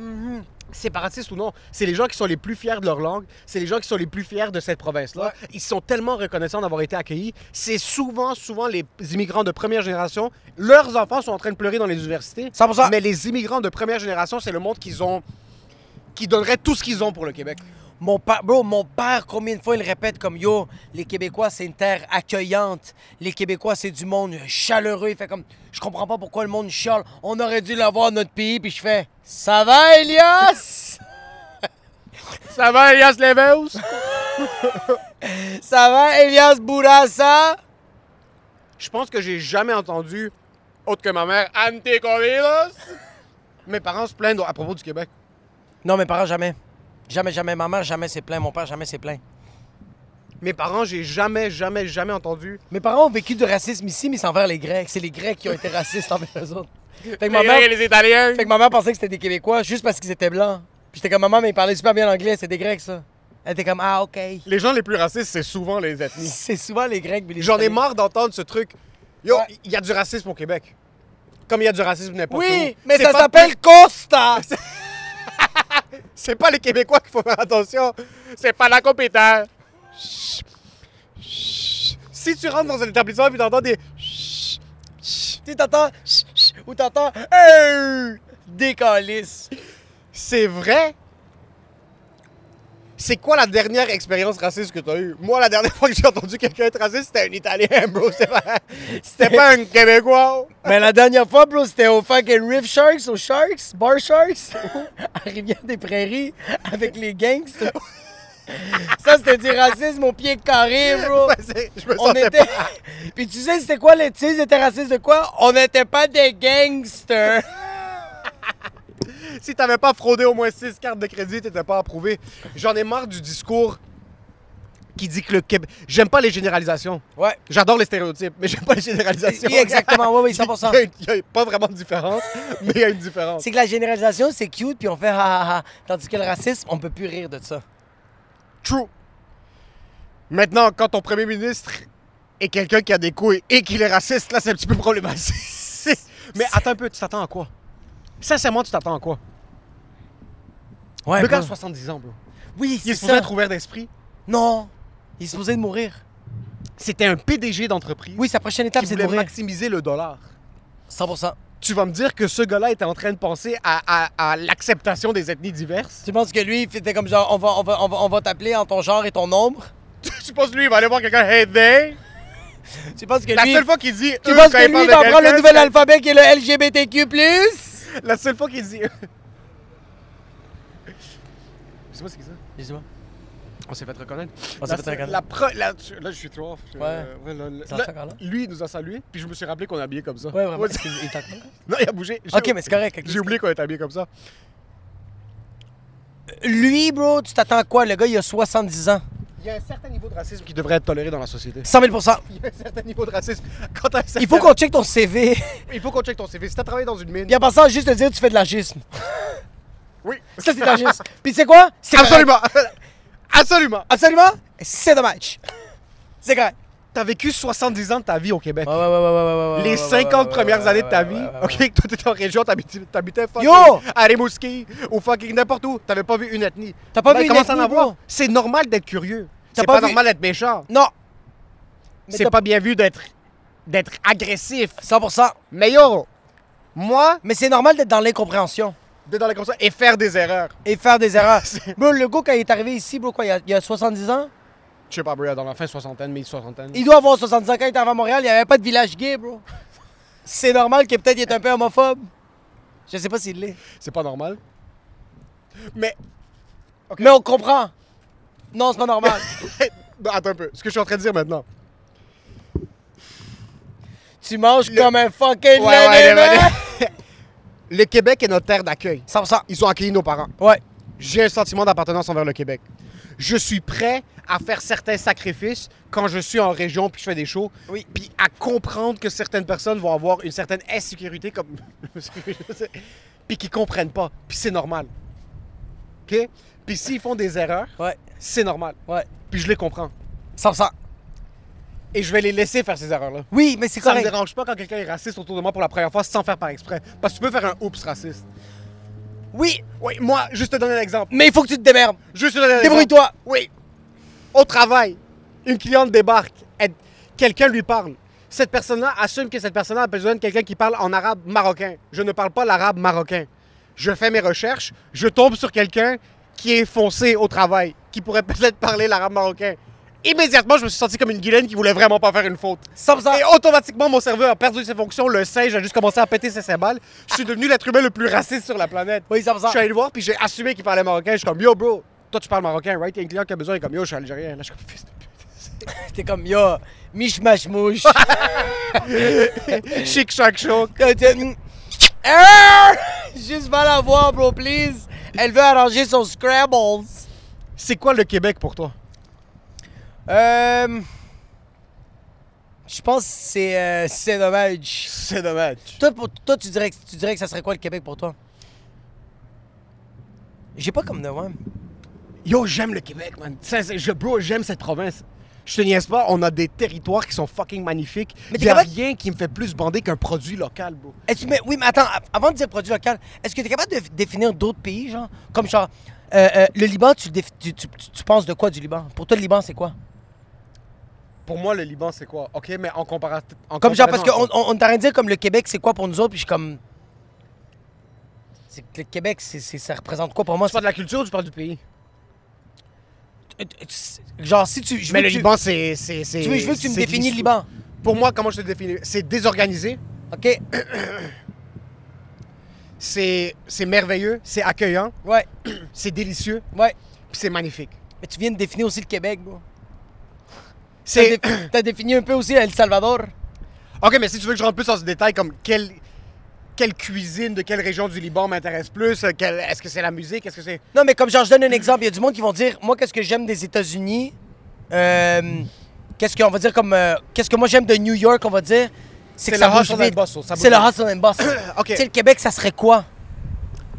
Séparatiste ou non, c'est les gens qui sont les plus fiers de leur langue, c'est les gens qui sont les plus fiers de cette province-là. Ils sont tellement reconnaissants d'avoir été accueillis. C'est souvent, souvent les immigrants de première génération. Leurs enfants sont en train de pleurer dans les universités. 100%. Mais les immigrants de première génération, c'est le monde qu'ils ont. qui donnerait tout ce qu'ils ont pour le Québec. Mon père, bro, mon père, combien de fois il répète comme yo, les Québécois, c'est une terre accueillante. Les Québécois, c'est du monde chaleureux. Il fait comme, je comprends pas pourquoi le monde chiale. On aurait dû l'avoir notre pays. Puis je fais, ça va, Elias? Ça va, Elias Leveus? ça va, Elias Bourassa? Je pense que j'ai jamais entendu, autre que ma mère, Anticovidos. Mes parents se plaignent à propos du Québec. Non, mes parents, jamais. Jamais, jamais. Ma mère, jamais s'est plaint. Mon père, jamais s'est plaint. Mes parents, j'ai jamais, jamais, jamais entendu. Mes parents ont vécu du racisme ici, mais c'est envers les Grecs. C'est les Grecs qui ont été racistes envers eux autres. Fait que ma mère- les Italiens. Fait que ma mère pensait que c'était des Québécois juste parce qu'ils étaient blancs. Puis j'étais comme, maman, mais ils parlaient super bien l'anglais, c'est des Grecs, ça. Elle était comme, ah, OK. Les gens les plus racistes, c'est souvent les ethnies. C'est souvent les Grecs, mais les J'en ai Italiens. marre d'entendre ce truc. Yo, Ouais. il y a du racisme au Québec. Comme il y a du racisme n'importe où. Oui, mais C'est ça pas- s'appelle Costa! C'est pas les Québécois qu'il faut faire attention. C'est pas la compétence. Si tu rentres dans un établissement et t'entends des. chut, chut, tu sais, t'entends, chut, chut ou t'entends, euh, hey! Des calices. C'est vrai? C'est quoi la dernière expérience raciste que t'as eue? Moi, la dernière fois que j'ai entendu quelqu'un être raciste, c'était un Italien, bro. C'était pas, c'était pas un Québécois. Mais la dernière fois, bro, c'était au fucking Riff Sharks, aux Sharks, Bar Sharks, à Rivière-des-Prairies, avec les gangsters. ça, c'était du racisme au pied carré, bro. Ouais, c'est- Je me On sentais était. pas. Puis tu sais, c'était quoi les. Tu sais, ils étaient racistes de quoi? On n'était pas des gangsters. Si t'avais pas fraudé au moins 6 cartes de crédit, t'étais pas approuvé. J'en ai marre du discours qui dit que le Québec. J'aime pas les généralisations. Ouais. J'adore les stéréotypes, mais j'aime pas les généralisations. Oui, exactement. Oui, oui, 100%. Il y a une- Il y a pas vraiment de différence, mais il y a une différence. C'est que la généralisation, c'est cute, puis on fait ha ha ha. Tandis que le racisme, on peut plus rire de ça. True. Maintenant, quand ton premier ministre est quelqu'un qui a des couilles et qu'il est raciste, là, c'est un petit peu problématique. Mais attends un peu, tu t'attends à quoi? Sincèrement, tu t'attends à quoi? Ouais, le gars bro. a 70 ans, bro. Oui, Il c'est est supposé ça. être ouvert d'esprit. Non, il est supposé de mourir. C'était un PDG d'entreprise Oui, sa prochaine étape, qui c'est de voulait mourir. maximiser le dollar. 100%. Tu vas me dire que ce gars-là était en train de penser à, à- à l'acceptation des ethnies diverses? Tu penses que lui, il était comme genre, on va, on va, on va, on va t'appeler en ton genre et ton nombre? Tu penses que lui, il va aller voir quelqu'un, hey, they? Tu penses que La lui... seule fois qu'il dit. Tu eux, penses quand que il lui, parle il de en prend le quelqu'un, nouvel alphabet qui est le LGBTQ+. La seule fois qu'il dit. C'est pas ce que c'est ça. Excuse-moi. On s'est fait reconnaître. On s'est La fait seule- reconnaître. La pre- la- tu- là, je suis trop off. Je- Ouais. euh, là, là- Ça là, va encore, là? lui, il nous a salués, puis je me suis rappelé qu'on est habillé comme ça. Ouais, vraiment. c'est- excuse- il t'a- non, il a bougé. J'ai- Ok, mais c'est correct. ok. J'ai oublié qu'on était habillé comme ça. Lui, bro, tu t'attends à quoi? Le gars, il a 70 ans. Il y a un certain niveau de racisme qui devrait être toléré dans la société. 100 000 Il y a un certain niveau de racisme. Quand t'as un certain- Il faut qu'on check ton CV. Il faut qu'on check ton CV. Si t'as travaillé dans une mine. Bien passant, juste te dire, tu fais de l'agisme. Oui. Ça, c'est de l'agisme. Puis tu sais quoi? C'est correct. Absolument. Absolument. Absolument, c'est dommage. C'est correct. T'as vécu 70 ans de ta vie au Québec. Ouais, ouais, ouais, ouais, Oh, ouais, ouais, les 50 premières années de ta vie, ok, toi t'étais en région, t'habitais, t'habitais fucking Yo! à Rimouski ou fucking n'importe où, t'avais pas vu une ethnie. T'as pas Ben, vu une commence à en ethnie, avoir. bro. C'est normal d'être curieux. T'as C'est pas pas, vu- normal d'être méchant. Non, Mais C'est t'as- pas bien vu d'être d'être agressif. 100%. Mais yo, moi, Mais c'est normal d'être dans l'incompréhension d'être dans la conscience et faire des erreurs. et faire des erreurs. bro, le gars, quand il est arrivé ici, bro, quoi, il y a, il y a 70 ans? Je sais pas, bro, dans la fin soixantaine, mi soixantaine. Il doit avoir 70 ans. Quand il est arrivé à Montréal, il n'y avait pas de village gay, bro. C'est normal que peut-être il est un peu homophobe. Je sais pas s'il l'est. C'est pas normal. Mais Mais on comprend. Non, c'est pas normal. Non, bah, attends un peu, ce que je suis en train de dire maintenant. tu manges comme un fucking Ouais, ouais, léné, man. le- le Québec est notre terre d'accueil. 100%. Ils ont accueilli nos parents. Ouais. J'ai un sentiment d'appartenance envers le Québec. Je suis prêt à faire certains sacrifices quand je suis en région puis je fais des shows. Oui. Puis à comprendre que certaines personnes vont avoir une certaine insécurité comme. puis qu'ils comprennent pas. Puis c'est normal. OK? Puis s'ils font des erreurs, Ouais. c'est normal. Ouais. Puis je les comprends. 100%. Et je vais les laisser faire ces erreurs-là. Oui, mais c'est Ça me correct. dérange pas quand quelqu'un est raciste autour de moi pour la première fois sans faire par exprès. Parce que tu peux faire un oups raciste. Oui, Oui, moi, juste te donner un exemple. mais il faut que tu te démerdes. Juste te donner un exemple. Débrouille-toi. Oui. Au travail, une cliente débarque, elle- quelqu'un lui parle. Cette personne-là assume que cette personne-là a besoin de quelqu'un qui parle en arabe marocain. Je ne parle pas l'arabe marocain. Je fais mes recherches, je tombe sur quelqu'un qui est foncé au travail, qui pourrait peut-être parler l'arabe marocain. Immédiatement, je me suis senti comme une guilaine qui voulait vraiment pas faire une faute. 100%. Et automatiquement, mon cerveau a perdu ses fonctions, le singe a juste commencé à péter ses cymbales. Je suis devenu l'être humain le plus raciste sur la planète. Oui, 100%. Je suis allé le voir, puis j'ai assumé qu'il parlait marocain. Je suis comme, yo, bro, toi, tu parles marocain, right? Il y a un client qui a besoin, il est comme, yo, je suis algérien. Là, je suis comme, fils de pute. T'es comme, yo, mishmash mouche. Chic, chac, choc. T'as- t'as- mm. Erreur! Juste va la voir, bro, please. Elle veut arranger son Scrabbles. C'est quoi le Québec pour toi? Euh. Je pense que c'est euh, c'est dommage. C'est dommage. Toi, pour, toi tu, dirais, que- tu dirais que ça serait quoi le Québec pour toi? J'ai pas comme de ouais. Yo, j'aime le Québec, man. Sincère- je, bro, j'aime cette province. Je te niaise pas, on a des territoires qui sont fucking magnifiques. Mais Il y a t'es capable- rien qui me fait plus bander qu'un produit local, bro. Est-ce- mais, oui, mais attends, av- avant de dire produit local, est-ce que tu es capable de définir d'autres pays, genre? Comme genre, euh, euh, le Liban, tu, le déf- tu, tu- tu- tu penses de quoi du Liban? Pour toi, le Liban, c'est quoi? Pour moi, le Liban, c'est quoi? OK, mais en comparaison... Comme genre, parce qu'on on, on t'a rien dire comme le Québec, c'est quoi pour nous autres, puis je suis comme. C'est que le Québec, c'est, c'est- ça représente quoi pour moi? Tu parles de la culture ou tu parles du pays? C'est- euh, c'est- Genre, si tu. Je veux Mais le que tu- Liban, c'est. c'est- c'est- tu veux- je veux que tu me c'est définis le glissant. Liban. Pour moi, comment je te définis C'est désorganisé, OK? c'est c'est merveilleux, c'est accueillant, Ouais, c'est délicieux, ouais. puis c'est magnifique. Mais tu viens de définir aussi le Québec, bro. T'as, C'est. dé- t'as défini un peu aussi El Salvador. Ok, mais si tu veux que je rentre plus dans ce détail, comme quelle, quelle cuisine de quelle région du Liban m'intéresse plus euh, quelle- Est-ce que c'est la musique Est-ce que c'est. Non, mais comme genre, je donne un exemple, il y a du monde qui vont dire Moi, qu'est-ce que j'aime des États-Unis euh, qu'est-ce qu'on va dire comme. euh, qu'est-ce que moi j'aime de New York, on va dire? C'est que C'est ça le bouge hustle and vite. bustle, ça bouge C'est le vite. hustle and bustle. Ok. Tu sais, le Québec, ça serait quoi?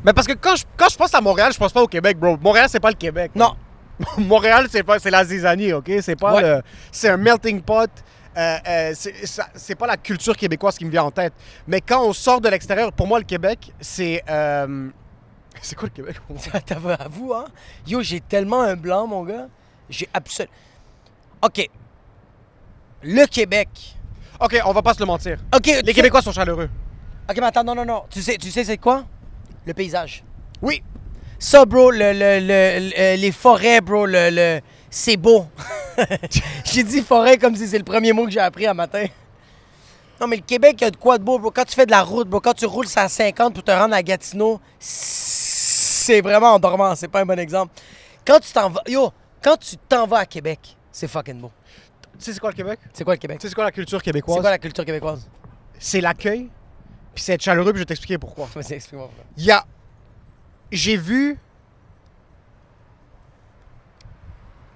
Mais parce que quand je, quand je pense à Montréal, je pense pas au Québec, bro. Montréal, c'est pas le Québec. Non. Montréal, c'est pas, c'est la zizanie, ok? C'est pas Ouais. le- c'est un melting pot. Euh, euh, c'est ça- c'est pas la culture québécoise qui me vient en tête. Mais quand on sort de l'extérieur, pour moi, le Québec, c'est. euh, c'est quoi le Québec? pour moi? T'as vu, avoue, hein? Yo, j'ai tellement un blanc, mon gars. J'ai absolument. OK. Le Québec. Ok, on va pas se le mentir. OK. Les Québécois sont chaleureux. OK, mais attends, non, non, non. Tu sais, tu sais c'est quoi? Le paysage. Oui. Ça, bro, le, le- le- le- euh, les forêts, bro, le, le- c'est beau. j'ai dit forêt comme si c'est le premier mot que j'ai appris un matin. Non, mais le Québec, il y a de quoi de beau, bro. Quand tu fais de la route, bro, quand tu roules 150 pour te rendre à Gatineau, c'est vraiment endormant. C'est pas un bon exemple. Quand tu t'en vas, yo, quand tu t'en vas à Québec, c'est fucking beau. Tu sais, c'est quoi le Québec? Tu C'est quoi le Québec? sais, c'est quoi la culture C'est québécoise? quoi la culture québécoise? C'est l'accueil, puis c'est être chaleureux, puis je vais t'expliquer pourquoi. Vas-y, explique-moi. frère. Il y a. J'ai vu.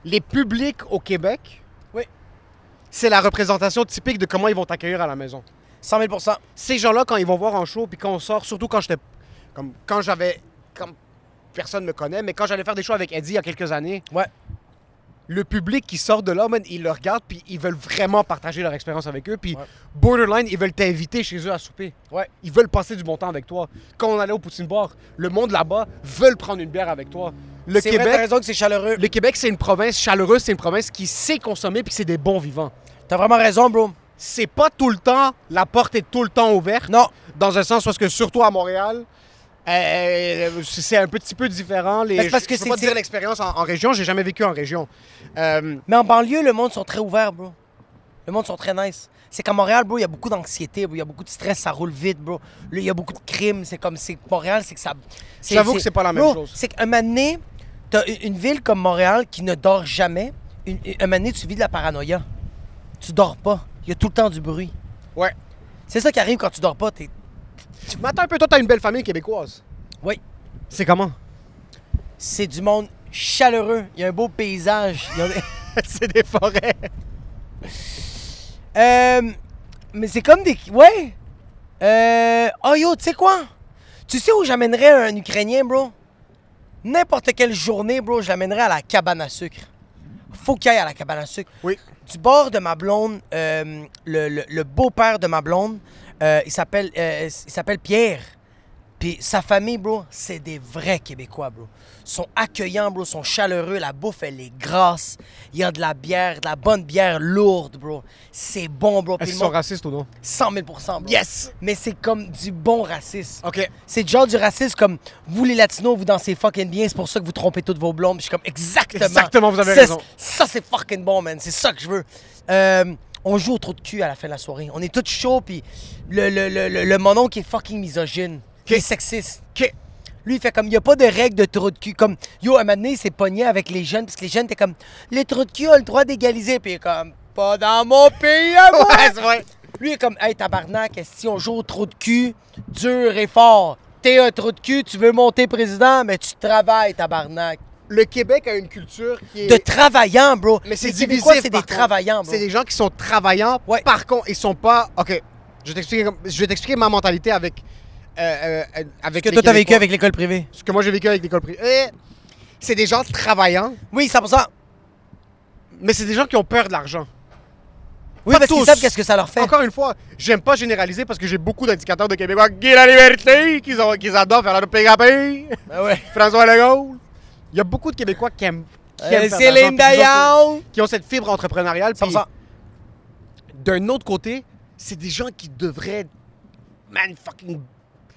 Les publics au Québec. Oui. C'est la représentation typique de comment ils vont t'accueillir à la maison. 100 000 Ces gens-là, quand ils vont voir en show, puis quand on sort, surtout quand j'étais. Comme quand j'avais. Comme personne me connaît, mais quand j'allais faire des shows avec Eddie il y a quelques années, Ouais. le public qui sort de là, man, ils le regardent, puis ils veulent vraiment partager leur expérience avec eux. Puis Ouais. borderline, ils veulent t'inviter chez eux à souper. Ouais. Ils veulent passer du bon temps avec toi. Quand on allait au Poutine Bar, le monde là-bas veulent prendre une bière avec toi. Le C'est vrai, t'as Québec, raison que c'est chaleureux. le Québec, c'est une province chaleureuse, c'est une province qui sait consommer, puis c'est des bons vivants. T'as vraiment raison, bro. C'est pas tout le temps, la porte est tout le temps ouverte. Non. Dans un sens, parce que surtout à Montréal, euh, c'est un petit peu différent. Les, Ben, c'est parce que je peux c'est- pas c'est- dire l'expérience en, en région, j'ai jamais vécu en région. Euh, Mais en banlieue, le monde sont très ouverts, bro. Le monde sont très nice. C'est qu'à Montréal, bro, il y a beaucoup d'anxiété, bro. Il y a beaucoup de stress, ça roule vite, bro. Là, il y a beaucoup de crimes. C'est comme, c'est Montréal, c'est que ça. J'avoue que c'est pas la même Bro, chose. C'est qu'un moment donné, t'as une- une ville comme Montréal qui ne dort jamais. Une, un moment donné, tu vis de la paranoïa. Tu dors pas. Il y a tout le temps du bruit. ouais. C'est ça qui arrive quand tu dors pas. T'es. Mais attends un peu, toi, t'as une belle famille québécoise. Oui. C'est comment? C'est du monde chaleureux. Il y a un beau paysage. Il y a- c'est des forêts. Euh, mais c'est comme des. Ouais! Euh. Oh yo, tu sais quoi? Tu sais où j'amènerais un Ukrainien, bro? N'importe quelle journée, bro, je l'amènerais à la cabane à sucre. Faut qu'il aille à la cabane à sucre. Oui. Du bord de ma blonde, euh, le, le- le beau-père de ma blonde, euh, il s'appelle euh, il s'appelle Pierre. Puis sa famille, bro, c'est des vrais Québécois, bro. Ils sont accueillants, bro, ils sont chaleureux, la bouffe, elle est grasse. Il y a de la bière, de la bonne bière lourde, bro. C'est bon, bro. Puis Est-ce le qu'ils sont monde- racistes ou non? 100 000 bro. Yes! Mais c'est comme du bon racisme. OK. C'est le genre du racisme comme vous, les Latinos, vous dansez fucking bien, c'est pour ça que vous trompez toutes vos blondes. Puis Je suis comme exactement. Exactement, vous avez C'est- raison. Ça, c'est fucking bon, man. C'est ça que je veux. Euh, on joue au trou de cul à la fin de la soirée. On est tous chauds, puis le, le, le, le, le monon qui est fucking misogyne, qui est sexiste. OK. Lui, il fait comme, il n'y a pas de règle de trou de cul. Comme, yo, un moment donné, il s'est pogné avec les jeunes, parce que les jeunes étaient comme, les trous de cul ont le droit d'égaliser. Puis il est comme, pas dans mon pays, à moi! Ouais, c'est vrai. Lui, il est comme, hey, tabarnak, si on joue au trou de cul, dur et fort. T'es un trou de cul, tu veux monter président, mais tu travailles, tabarnak. Le Québec a une culture qui est... De travaillant, bro. mais c'est Les divisif, Québécois, c'est des par contre. travaillants, bro. C'est des gens qui sont travaillants. Ouais. Par contre, ils sont pas... OK. Je vais t'expliquer comme- je vais t'expliquer ma mentalité avec... euh, euh, avec que les toi, t'as vécu Québécois. avec l'école privée. Ce que moi, j'ai vécu avec l'école privée. Eh, C'est des gens travaillants, Oui, 100%. mais c'est des gens qui ont peur de l'argent. Oui, Pas parce qu'ils tous. savent qu'est-ce que ça leur fait. Encore une fois, j'aime pas généraliser parce que j'ai beaucoup d'indicateurs de Québécois qui la liberté, qu'ils ont- qu'ils adorent faire leur pays à pays. Ah ouais. François Legault. Il y a beaucoup de Québécois qui aiment. Qui aiment Euh, faire de Céline l'argent, Dion. puis Qui ont, cette fibre entrepreneuriale. puis 100%. D'un autre côté, c'est des gens qui devraient. Man, fucking.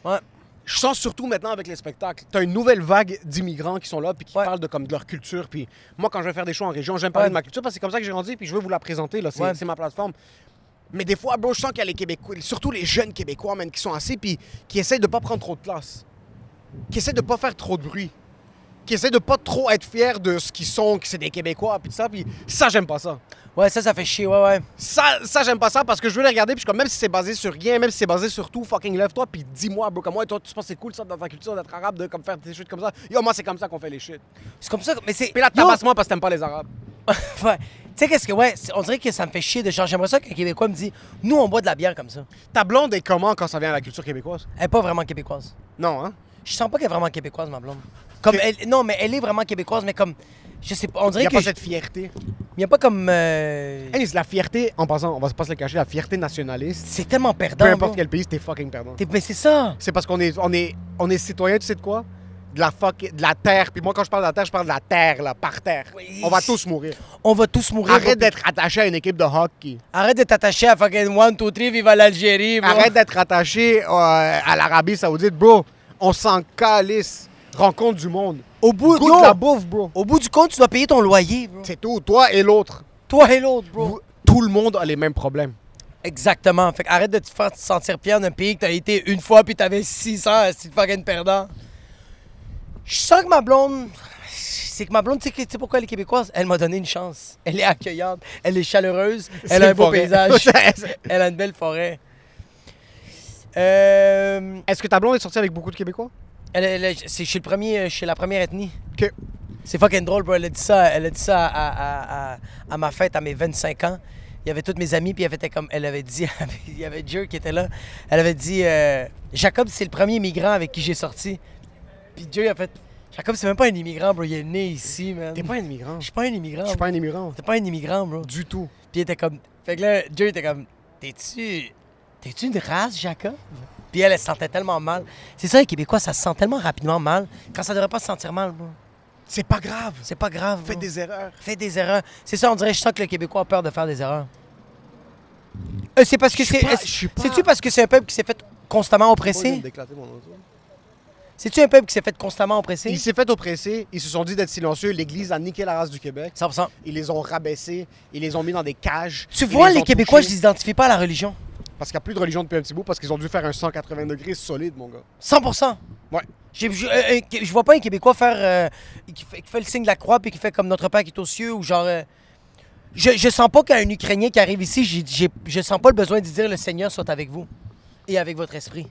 Ouais. Je sens surtout maintenant avec les spectacles. T'as une nouvelle vague d'immigrants qui sont là puis qui Ouais. parlent de, comme, de leur culture. Puis moi, quand je vais faire des shows en région, j'aime parler Ouais. de ma culture parce que c'est comme ça que j'ai grandi puis je veux vous la présenter. là. C'est Ouais. c'est ma plateforme. Mais des fois, bro, je sens qu'il y a les Québécois, surtout les jeunes Québécois, man, qui sont assis puis qui essayent de pas prendre trop de place. Qui essayent de pas faire trop de bruit. Qui essayent de pas trop être fiers de ce qu'ils sont, que c'est des Québécois puis tout ça. Puis ça, j'aime pas ça. Ouais, ça, ça fait chier, ouais, ouais. Ça, ça j'aime pas ça parce que je veux les regarder puis je suis comme même si c'est basé sur rien, même si c'est basé sur tout, fucking lève-toi puis dis-moi bro comme moi et toi tu penses que c'est cool ça dans ta culture d'être arabe de comme faire des shit comme ça. Yo moi c'est comme ça qu'on fait les shit. C'est comme ça, que- mais c'est. Puis là Yo, tabasse-moi parce que t'aimes pas les arabes. Ouais. Tu sais, qu'est-ce que, ouais, c'est- on dirait que ça me fait chier de changer. J'aimerais ça qu'un Québécois me dise, nous, on boit de la bière comme ça. Ta blonde est comment quand ça vient à la culture québécoise? Elle est pas vraiment québécoise. Non, hein? Je sens pas qu'elle est vraiment québécoise, ma blonde. Comme elle, non, mais elle est vraiment québécoise, mais comme, je sais pas, on Il n'y dirait a que. pas je- cette fierté. Il y a pas comme. euh, Hey, c'est la fierté, en passant, on va pas se le cacher, la fierté nationaliste. C'est tellement perdant. Peu importe bro. quel pays, t'es fucking perdant. T'es- Mais c'est ça. C'est parce qu'on est, on est, on est citoyen, tu sais de quoi? De la fuck, de la terre. Puis moi, quand je parle de la terre, je parle de la terre, là, par terre. Oui. On va tous mourir. On va tous mourir. bro. Arrête d'être attaché à une équipe de hockey. Arrête de t'attacher à fucking one, two, three, vive à l'Algérie, bro. Arrête d'être attaché euh, à l'Arabie Saoudite, bro. On s'en calisse. Rencontre du monde. Au bout, Goûte yo, la bouffe, bro. au bout du compte, tu dois payer ton loyer, bro. C'est tout, toi et l'autre. Toi et l'autre, bro. Vous- Tout le monde a les mêmes problèmes. Exactement. Fait que arrête de te faire te sentir pire d'un pays que t'as été une fois puis t'avais 600, c'est fucking perdant. Je sens que ma blonde. C'est que ma blonde, tu sais que- tu sais pourquoi elle est québécoise? Elle m'a donné une chance. Elle est accueillante, elle est chaleureuse, elle a un une beau forêt. paysage, elle a une belle forêt. Euh, Est-ce que ta blonde est sortie avec beaucoup de Québécois? elle- elle- c'est chez, le premier, chez la première ethnie. Que C'est fucking drôle, bro. Elle a dit ça, elle a dit ça à, à- à- à- à ma fête, à mes 25 ans. Il y avait tous mes amis, puis elle était comme, elle avait dit, il y avait Jer qui était là. Elle avait dit, euh, Jacob, c'est le premier migrant avec qui j'ai sorti. Puis Jer a fait, Jacob, c'est même pas un immigrant, bro. Il est né ici, man. t'es pas un immigrant. Je Je suis pas un immigrant. suis bro. pas un immigrant. T'es pas un immigrant, bro. Puis Du tout. il était comme, fait que là, Jer était comme, t'es-tu, t'es-tu une race, Jacob? Puis elle, elle se sentait tellement mal. C'est ça, les Québécois, ça se sent tellement rapidement mal quand ça devrait pas se sentir mal, bro. C'est pas grave. C'est pas grave. Faites bro. des erreurs. Fais des erreurs. C'est ça, on dirait, je sens que le Québécois a peur de faire des erreurs. Euh, c'est parce que Je suis c'est. pas- est-ce- je suis pas- C'est-tu parce que c'est un peuple qui s'est fait constamment oppressé? C'est-tu un peuple qui s'est fait constamment oppressé? Il s'est fait oppresser, ils se sont dit d'être silencieux, l'Église a niqué la race du Québec, 100%. ils les ont rabaissés, ils les ont mis dans des cages. Tu ils vois, les, ont Québécois, touchés. je les identifie pas à la religion. Parce qu'il n'y a plus de religion depuis un petit bout, parce qu'ils ont dû faire un 180 degrés solide, mon gars. 100%. Ouais. J'ai- Je, euh, euh, je vois pas un Québécois faire. euh, qui, fait, qui fait le signe de la croix puis qui fait comme notre Père qui est aux cieux ou genre. euh, je, je sens pas qu'un Ukrainien qui arrive ici, j'ai- j'ai- je sens pas le besoin de dire le Seigneur soit avec vous et avec votre esprit.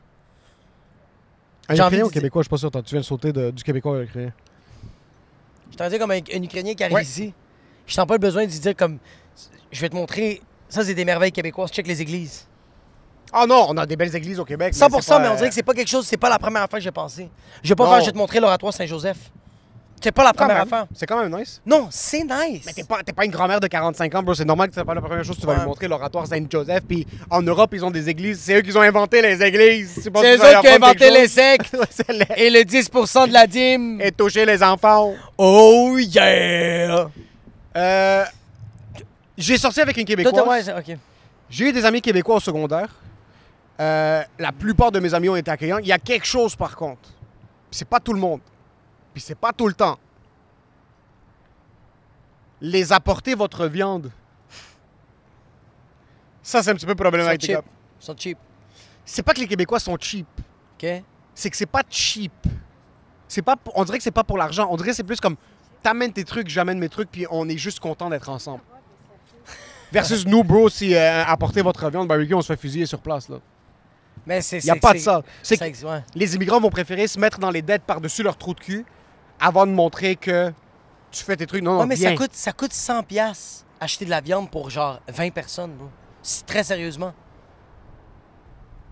Un J'ai envie Ukrainien de ou Québécois, je suis pas sûr, toi, tu viens de sauter de- du Québécois à l'Ukrainien. Je t'en dis comme un, un Ukrainien qui arrive Ouais. ici. Je sens pas le besoin de dire comme je vais te montrer. Ça, c'est des merveilles québécoises. Check les églises. Ah non, on a des belles églises au Québec. 100 mais, c'est pas, on euh, dirait que c'est pas quelque chose, c'est pas la première affaire que j'ai pensé. Je vais pas Non. faire, je vais te montrer l'oratoire Saint-Joseph. C'est pas la euh, quand première même- affaire. C'est quand même nice. Non, c'est nice. Mais t'es pas, t'es pas une grand-mère de 45 ans, bro. C'est normal que c'est pas la première chose que tu vas Ouais. lui montrer, l'oratoire Saint-Joseph. Puis en Europe, ils ont des églises. C'est eux qui ont inventé les églises. penses C'est eux que tu vas leur autres qui ont apprendre inventé quelque les chose? sectes Ouais, c'est les- et le 10 de la dîme. et toucher les enfants. Oh yeah! Euh, j'ai sorti avec une Toi, t'as- Québécoise. ouais, c'est- ok. J'ai eu des amis québécois au secondaire. Euh, la plupart de mes amis ont été accueillants. Il y a quelque chose par contre. Puis C'est pas tout le monde. Puis c'est pas tout le temps. Les apporter votre viande. Ça, c'est un petit peu Ils sont problématique. cheap. Ils sont cheap. C'est pas que les Québécois sont cheap. Ok? C'est que c'est pas cheap. C'est pas, pour- on dirait que c'est pas pour l'argent. On dirait que c'est plus comme t'amènes tes trucs, j'amène mes trucs, puis on est juste content d'être ensemble. Versus nous, bro, si euh, apporter votre viande barbecue, on se fait fusiller sur place. Là. Mais c'est. Il n'y a c'est- pas de c'est- ça. C'est ça que existe, ouais. les immigrants vont préférer se mettre dans les dettes par-dessus leur trou de cul avant de montrer que tu fais tes trucs. Non, non, Ouais, mais ça Oh, bien. coûte, ça coûte 100 pièces acheter de la viande pour genre 20 personnes, bro. C'est très sérieusement.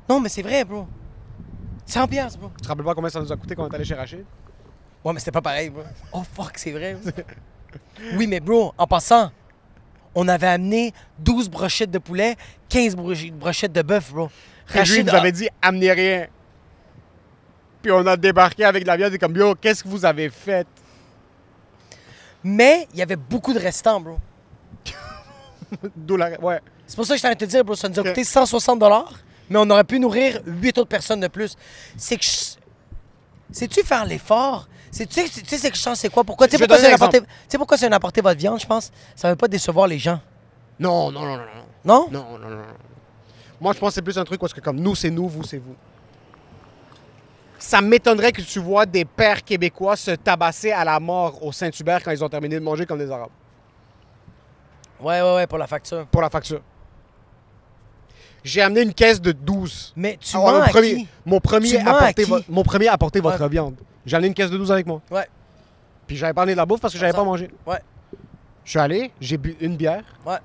Non, mais c'est vrai, bro. 100 pièces, bro. Tu te rappelles pas combien ça nous a coûté quand on est allé chez Rachid? Ouais, mais c'était pas pareil, bro. Oh fuck, c'est vrai. bro. oui, mais bro, en passant, on avait amené 12 brochettes de poulet, 15 broche- brochettes de bœuf, bro. Lui, il nous a- avait dit, amenez rien. Puis on a débarqué avec de la viande et comme, yo, qu'est-ce que vous avez fait? Mais il y avait beaucoup de restants, bro. D'où la... Ouais. C'est pour ça que je t'en de te dire, bro, ça nous a Ok. coûté 160 mais on aurait pu nourrir 8 autres personnes de plus. C'est que je... Sais-tu faire l'effort? C'est- Tu sais, tu sais, c'est que je sens, c'est quoi? Pourquoi? Tu sais Je vais pourquoi donner c'est un un apporter- tu sais pourquoi c'est un apporter votre viande, je pense? Ça veut pas décevoir les gens. Non, non, non, non, non. Non? Non, non, non, non. Moi, je pense que c'est plus un truc parce que comme nous, c'est nous, vous, c'est vous. Ça m'étonnerait que tu vois des pères québécois se tabasser à la mort au Saint-Hubert quand ils ont terminé de manger comme des Arabes. Ouais, ouais, ouais, pour la facture. Pour la facture. J'ai amené une caisse de 12. Mais tu Ah, mens mon, à premier, qui? mon premier Tu mens à apporter qui? vo- mon premier apporter votre Ouais. viande. J'ai amené une caisse de 12 avec moi. Ouais, Puis j'avais pas amené de la bouffe parce que j'avais Comme ça. pas mangé. ouais. Je suis allé, j'ai bu une bière. Ouais.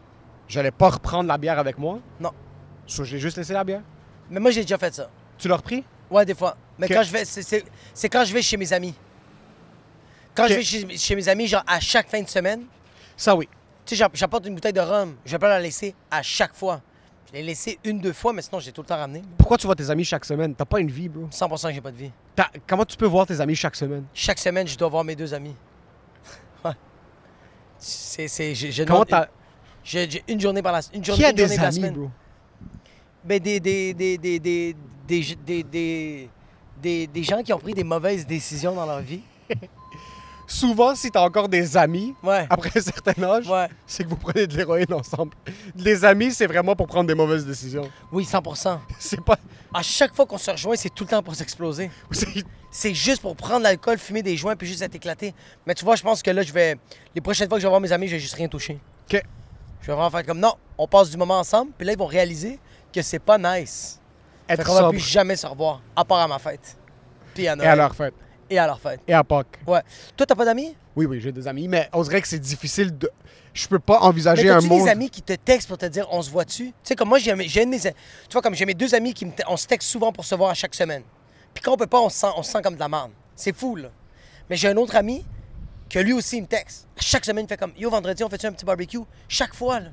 J'allais pas reprendre la bière avec moi. Non. So, j'ai juste laissé la bière. Mais moi, j'ai déjà fait ça. Tu l'as repris? Ouais, des fois. Mais Ok. quand je vais, c'est- c'est c'est quand je vais chez mes amis. Quand je Ok. vais chez, chez mes amis, genre à chaque fin de semaine, Ça, oui. tu sais, j'app- j'apporte une bouteille de rhum, je vais pas la laisser à chaque fois. Je l'ai laissée une, deux fois, mais sinon, j'ai tout le temps ramené. Pourquoi tu vois tes amis chaque semaine? T'as pas une vie, bro. 100% que j'ai pas de vie. T'as- Comment tu peux voir tes amis chaque semaine? Chaque semaine, je dois voir mes deux amis. ouais. C'est, c'est, je, je Comment demande- t'as... J'ai j'ai une journée par la une journée, Qui a une journée des par la amis, semaine. bro? Ben, des des des des des des des- des- des- des gens qui ont pris des mauvaises décisions dans leur vie. Souvent, si t'as encore des amis, Ouais. après un certain âge, Ouais. c'est que vous prenez de l'héroïne ensemble. Les amis, c'est vraiment pour prendre des mauvaises décisions. Oui, 100%. C'est pas... À chaque fois qu'on se rejoint, c'est tout le temps pour s'exploser. c'est- C'est juste pour prendre l'alcool, fumer des joints puis juste être éclaté. Mais tu vois, je pense que là je vais les prochaines fois que je vais voir mes amis, je vais juste rien toucher. Ok. Je vais vraiment faire comme non, on passe du moment ensemble, puis là ils vont réaliser que c'est pas nice. Fait Être qu'on va sobre plus jamais se revoir à part à ma fête. Puis à et à Noël leur fête. et à leur fête. Et à Pâques. Ouais. Toi, t'as pas d'amis? Oui, oui, j'ai des amis, mais on dirait que c'est difficile de... Je peux pas envisager Mais un t'as-tu monde... des amis qui te textent pour te dire on se voit-tu? Tu sais, comme moi, j'ai, j'ai une des. Tu vois, comme j'ai mes deux amis qui me. te- On se texte souvent pour se voir à chaque semaine. Puis quand on peut pas, on se sent, on se sent comme de la merde. C'est fou, là. Mais j'ai un autre ami que lui aussi, il me texte. À Chaque semaine, il fait comme Yo, vendredi, on fait-tu un petit barbecue? Chaque fois, là.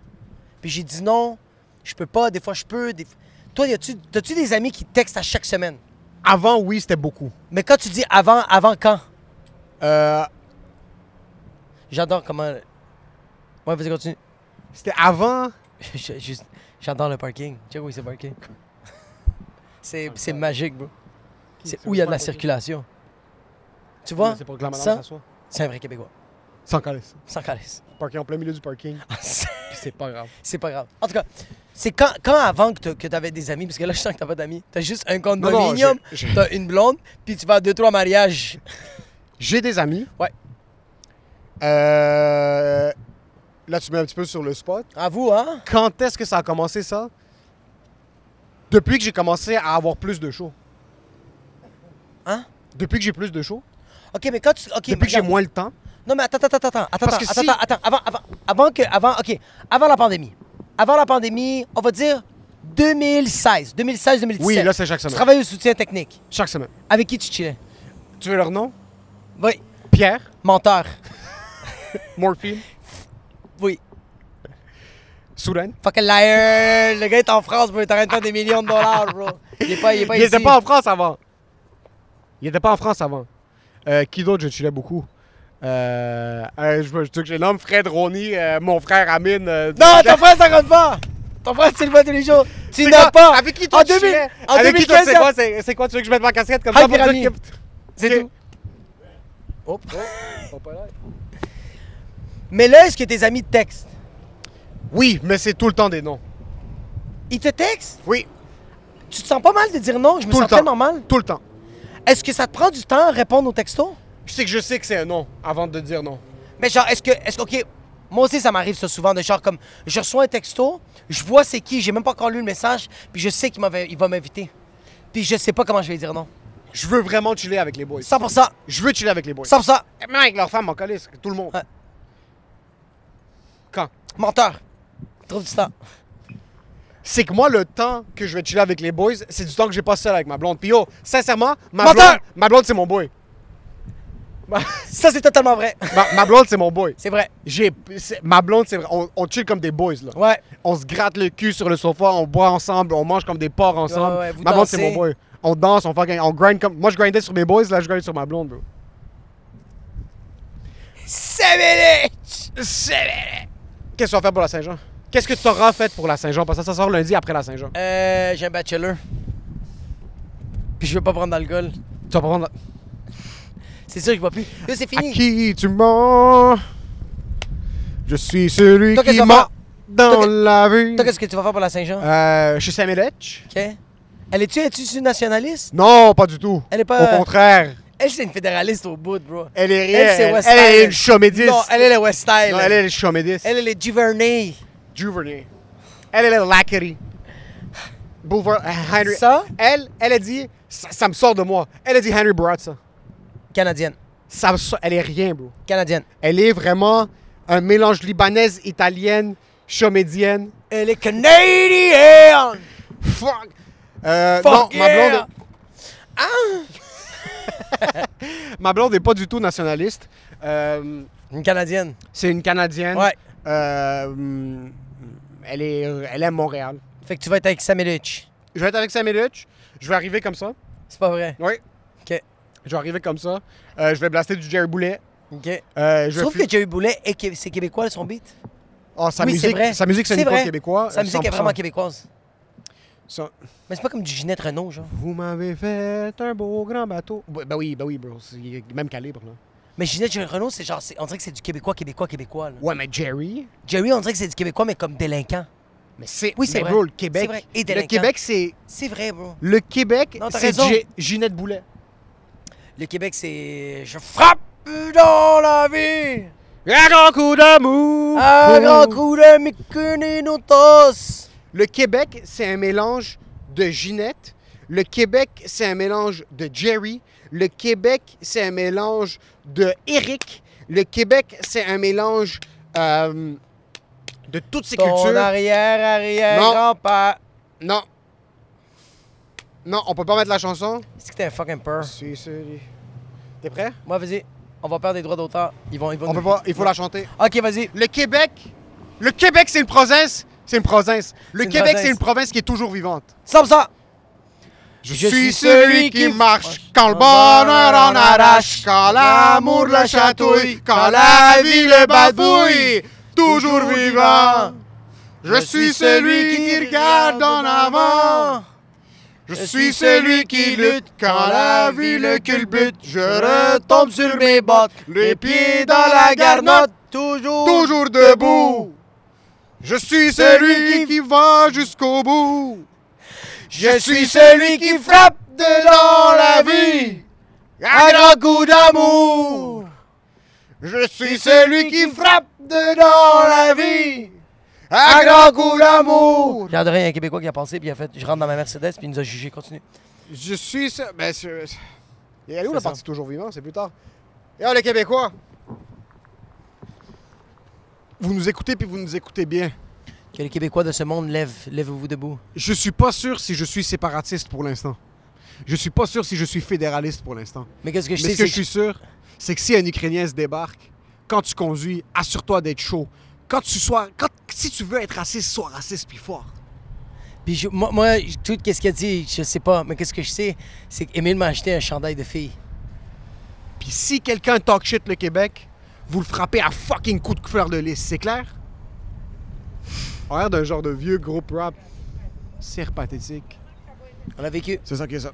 Puis j'ai dit non, je peux pas, des fois je peux. des- Toi, y a-tu, t'as-tu des amis qui textent à chaque semaine? Avant, oui, c'était beaucoup. Mais quand tu dis avant, avant quand? Euh, J'adore comment. Ouais, vas-y, continue. c'était avant... Je- juste- J'adore le parking. Check où c'est parking. c'est c'est magique, bro. C'est où il y a de la circulation. Tu vois, C'est pour que la madame ça, s'assoie. c'est un vrai Québécois. Sans calice. Sans calice. Parking en plein milieu du parking. Ah, C'est- C'est pas grave. c'est pas grave. En tout cas, c'est quand, quand avant que t'as- que t'avais des amis, parce que là, je sens que t'as pas d'amis. T'as juste un condominium, Non, non, j'ai- j'ai- t'as une blonde, puis tu vas à deux, trois mariages. J'ai des amis. Ouais. Euh, Là, tu mets un petit peu sur le spot. À vous, hein? Quand est-ce que ça a commencé, ça? Depuis que j'ai commencé à avoir plus de shows. Hein? Depuis que j'ai plus de shows. OK, mais quand tu... OK, Depuis que j'ai regarde. moins le temps. Non, mais attends, attends, attends, attends, attends, Parce que attends, si- attends, attends, avant, avant, avant que, avant, ok, avant la pandémie, avant la pandémie, on va dire 2016, 2016-2017. Oui, là, c'est chaque Tu semaine. travailles au soutien technique. Chaque semaine. Avec qui tu chillais? Tu veux leur nom? Oui, Pierre, menteur. Morphine, Ah, Oui, Soudan. fucking liar. Le gars est en France, bro, il t'arrête pas des millions de dollars, bro. Il est pas, il est pas Il ici. était pas en France avant. Il était pas en France avant. Euh, qui d'autre je tuais beaucoup? Euh, euh, je veux je veux que j'ai nomme Fred Rony, euh, mon frère Amine. euh, du- Non, ton frère, ça rentre pas. Ton frère, tu le vois tous les jours. Tu C'est n'as quoi? pas. Avec qui toi En tu 2000 chillais? en Avec qui toi, 2015, c'est quoi? C'est c'est quoi? Tu veux que je mette ma casquette comme Hi, ça pour Pyramide. dire que... C'est Ok. tout. Hop. Mais là, est-ce que tes amis te textent? Oui, mais c'est tout le temps des noms. Ils te textent? Oui, Tu te sens pas mal de dire non? Je me tout le sens temps. tellement mal. Tout le temps. Est-ce que ça te prend du temps à répondre aux textos? Je sais que je sais que c'est un nom avant de dire non. Mais genre, est-ce que. Est-ce que. OK. Moi aussi, ça m'arrive ça souvent de genre comme. Je reçois un texto, je vois c'est qui, j'ai même pas encore lu le message, puis je sais qu'il m'avait- il va m'inviter. Puis je sais pas comment je vais dire non. Je veux vraiment chiller avec les boys. 100%. Je veux chiller avec les boys. 100%. Même avec leurs femmes, mon calice, tout le monde. Ouais. Quand? Menteur. Trouve du temps. C'est que moi, le temps que je vais chiller avec les boys, c'est du temps que j'ai pas seul avec ma blonde. Puis yo, sincèrement, ma Menteur! blonde, ma blonde, c'est mon boy. Ma, Ça, c'est totalement vrai. ma- ma blonde, c'est mon boy. C'est vrai. J'ai, c'est- ma blonde, c'est vrai, on, on chill comme des boys, là. Ouais. On se gratte le cul sur le sofa, on boit ensemble, on mange comme des porcs ensemble. ouais, vous ma blonde, c'est dansez. mon boy. On danse, on fucking, on grind comme... Moi, je grindais sur mes boys, là, je grind sur ma blonde, bro. Savage! Qu'est-ce qu'on va faire pour la Saint-Jean? Qu'est-ce que tu auras fait pour la Saint-Jean? Parce que ça sort lundi après la Saint-Jean. Euh. J'ai un bachelor. Puis je veux pas prendre d'alcool. Tu vas prendre... C'est sûr que je bois plus. Là, c'est À fini. qui tu mens? Je suis celui Toi, qu'est-ce qui que ment ça dans Toi, que- la rue. Toi, qu'est-ce que tu vas faire pour la Saint-Jean? Euh, chez Saint-Médech? OK. Elle est-tu, es-tu une nationaliste? Non, pas du tout. Elle est pas- Au contraire. Elle, c'est une fédéraliste au bout, bro. Elle est Elle, réelle. c'est Elle, West est Island. une chomédiste. Non, elle est le West Island. Non, elle est une chomédiste. Elle, elle est Duvernay. Duvernay. Elle, elle est Lackery. Boulevard euh, Henry. Ça? Elle, elle a dit... Ça, ça me sort de moi. Elle a dit Henry Broad, ça. Canadienne. ça me sort- Elle est rien, bro. Canadienne. Elle est vraiment un mélange libanaise, italienne, chomédienne. Elle est canadienne! Fuck! Euh, Fuck non, ma yeah! blonde. Ah! Ma blonde n'est pas du tout nationaliste. Euh, Une canadienne. c'est une Canadienne. Ouais. Euh, hum, elle, est, elle aime Montréal. Fait que tu vas être avec Samelich. Je vais être avec Samelich. Je vais arriver comme ça. C'est pas vrai. Oui. Ok. Je vais arriver comme ça. Euh, je vais blaster du Jerry Boulet. Ok. Euh, Je vais trouve fl- que Jerry Boulet, est qué- c'est québécois son beat. Ah, sa, Oui, c'est musique, vrai. sa musique, c'est C'est une vrai. québécois. Sa musique est 100%. vraiment québécoise. Ça- Mais c'est pas comme du Ginette Renault, genre. Vous m'avez fait un beau grand bateau. Ouais, Ben oui, ben oui, bro. C'est le même calibre, là. Mais Ginette Renault, c'est genre, c'est- on dirait que c'est du québécois, québécois, québécois. là. Ouais, mais Jerry. Jerry, on dirait que c'est du québécois, mais comme délinquant. Mais c'est. Oui, c'est mais vrai. bro, le Québec. C'est vrai. Et le délinquant. Québec, c'est. C'est vrai, bro. Le Québec, Non, t'as c'est raison. Gi- Ginette Boulet. Le Québec, c'est. Je frappe dans la vie! Un grand coup d'amour. Un Oh. grand coup de Mikuninotos! Le Québec, c'est un mélange de Ginette. Le Québec, c'est un mélange de Jerry. Le Québec, c'est un mélange de Eric. Le Québec, c'est un mélange euh, de toutes ces Ton cultures. arrière-arrière-grand-père. Non. Non, on peut pas mettre la chanson. Est-ce que t'es un fucking peur? C'est celui- T'es prêt? Moi, vas-y. On va perdre des droits d'auteur. Ils vont, ils vont. On nous- peut pas, il faut la chanter. Ok, vas-y. Le Québec, le Québec, c'est une province. C'est une province. Le une Québec, province. c'est une province qui est toujours vivante. Sans ça! Je, suis suis celui celui qui qui marche quand le bonheur en arrache, quand l'amour le chatouille, quand la vie le babouille, toujours vivant. Je suis celui qui regarde en avant. Je suis celui qui lutte quand la vie le culbute. Je retombe sur mes bottes, les pieds dans la garnotte, toujours, toujours debout. Je suis celui qui va jusqu'au bout. Je suis celui qui frappe dedans la vie. Un grand coup d'amour. Je suis celui qui frappe dedans la vie. Un grand coup d'amour. J'ai adoré un Québécois qui a pensé, puis il a fait Je rentre dans ma Mercedes, puis il nous a jugé. Continue. Je suis ce... Ben, je- Et elle est où C'est la ça. partie toujours vivant? C'est plus tard. Et oh, les Québécois. Vous nous écoutez puis vous nous écoutez bien. Que les Québécois de ce monde lèvent, lèvez-vous debout. Je suis pas sûr si je suis séparatiste pour l'instant. Je suis pas sûr si je suis fédéraliste pour l'instant. Mais qu'est-ce que je Mais sais, ce que c'est je suis sûr, c'est que si un Ukrainien se débarque, quand tu conduis, assure-toi d'être chaud. Quand tu sois, quand, si tu veux être raciste, sois raciste puis fort. Puis je- moi, moi, je- tout ce qu'il a dit, je sais pas, mais qu'est-ce que je sais, c'est qu'Émile m'a acheté un chandail de fille. Puis si quelqu'un talk shit le Québec, vous le frappez à fucking coup de fleur de lys, c'est clair? On a l'air d'un genre de vieux groupe rap. C'est pathétique. On a vécu. C'est ça qui est ça.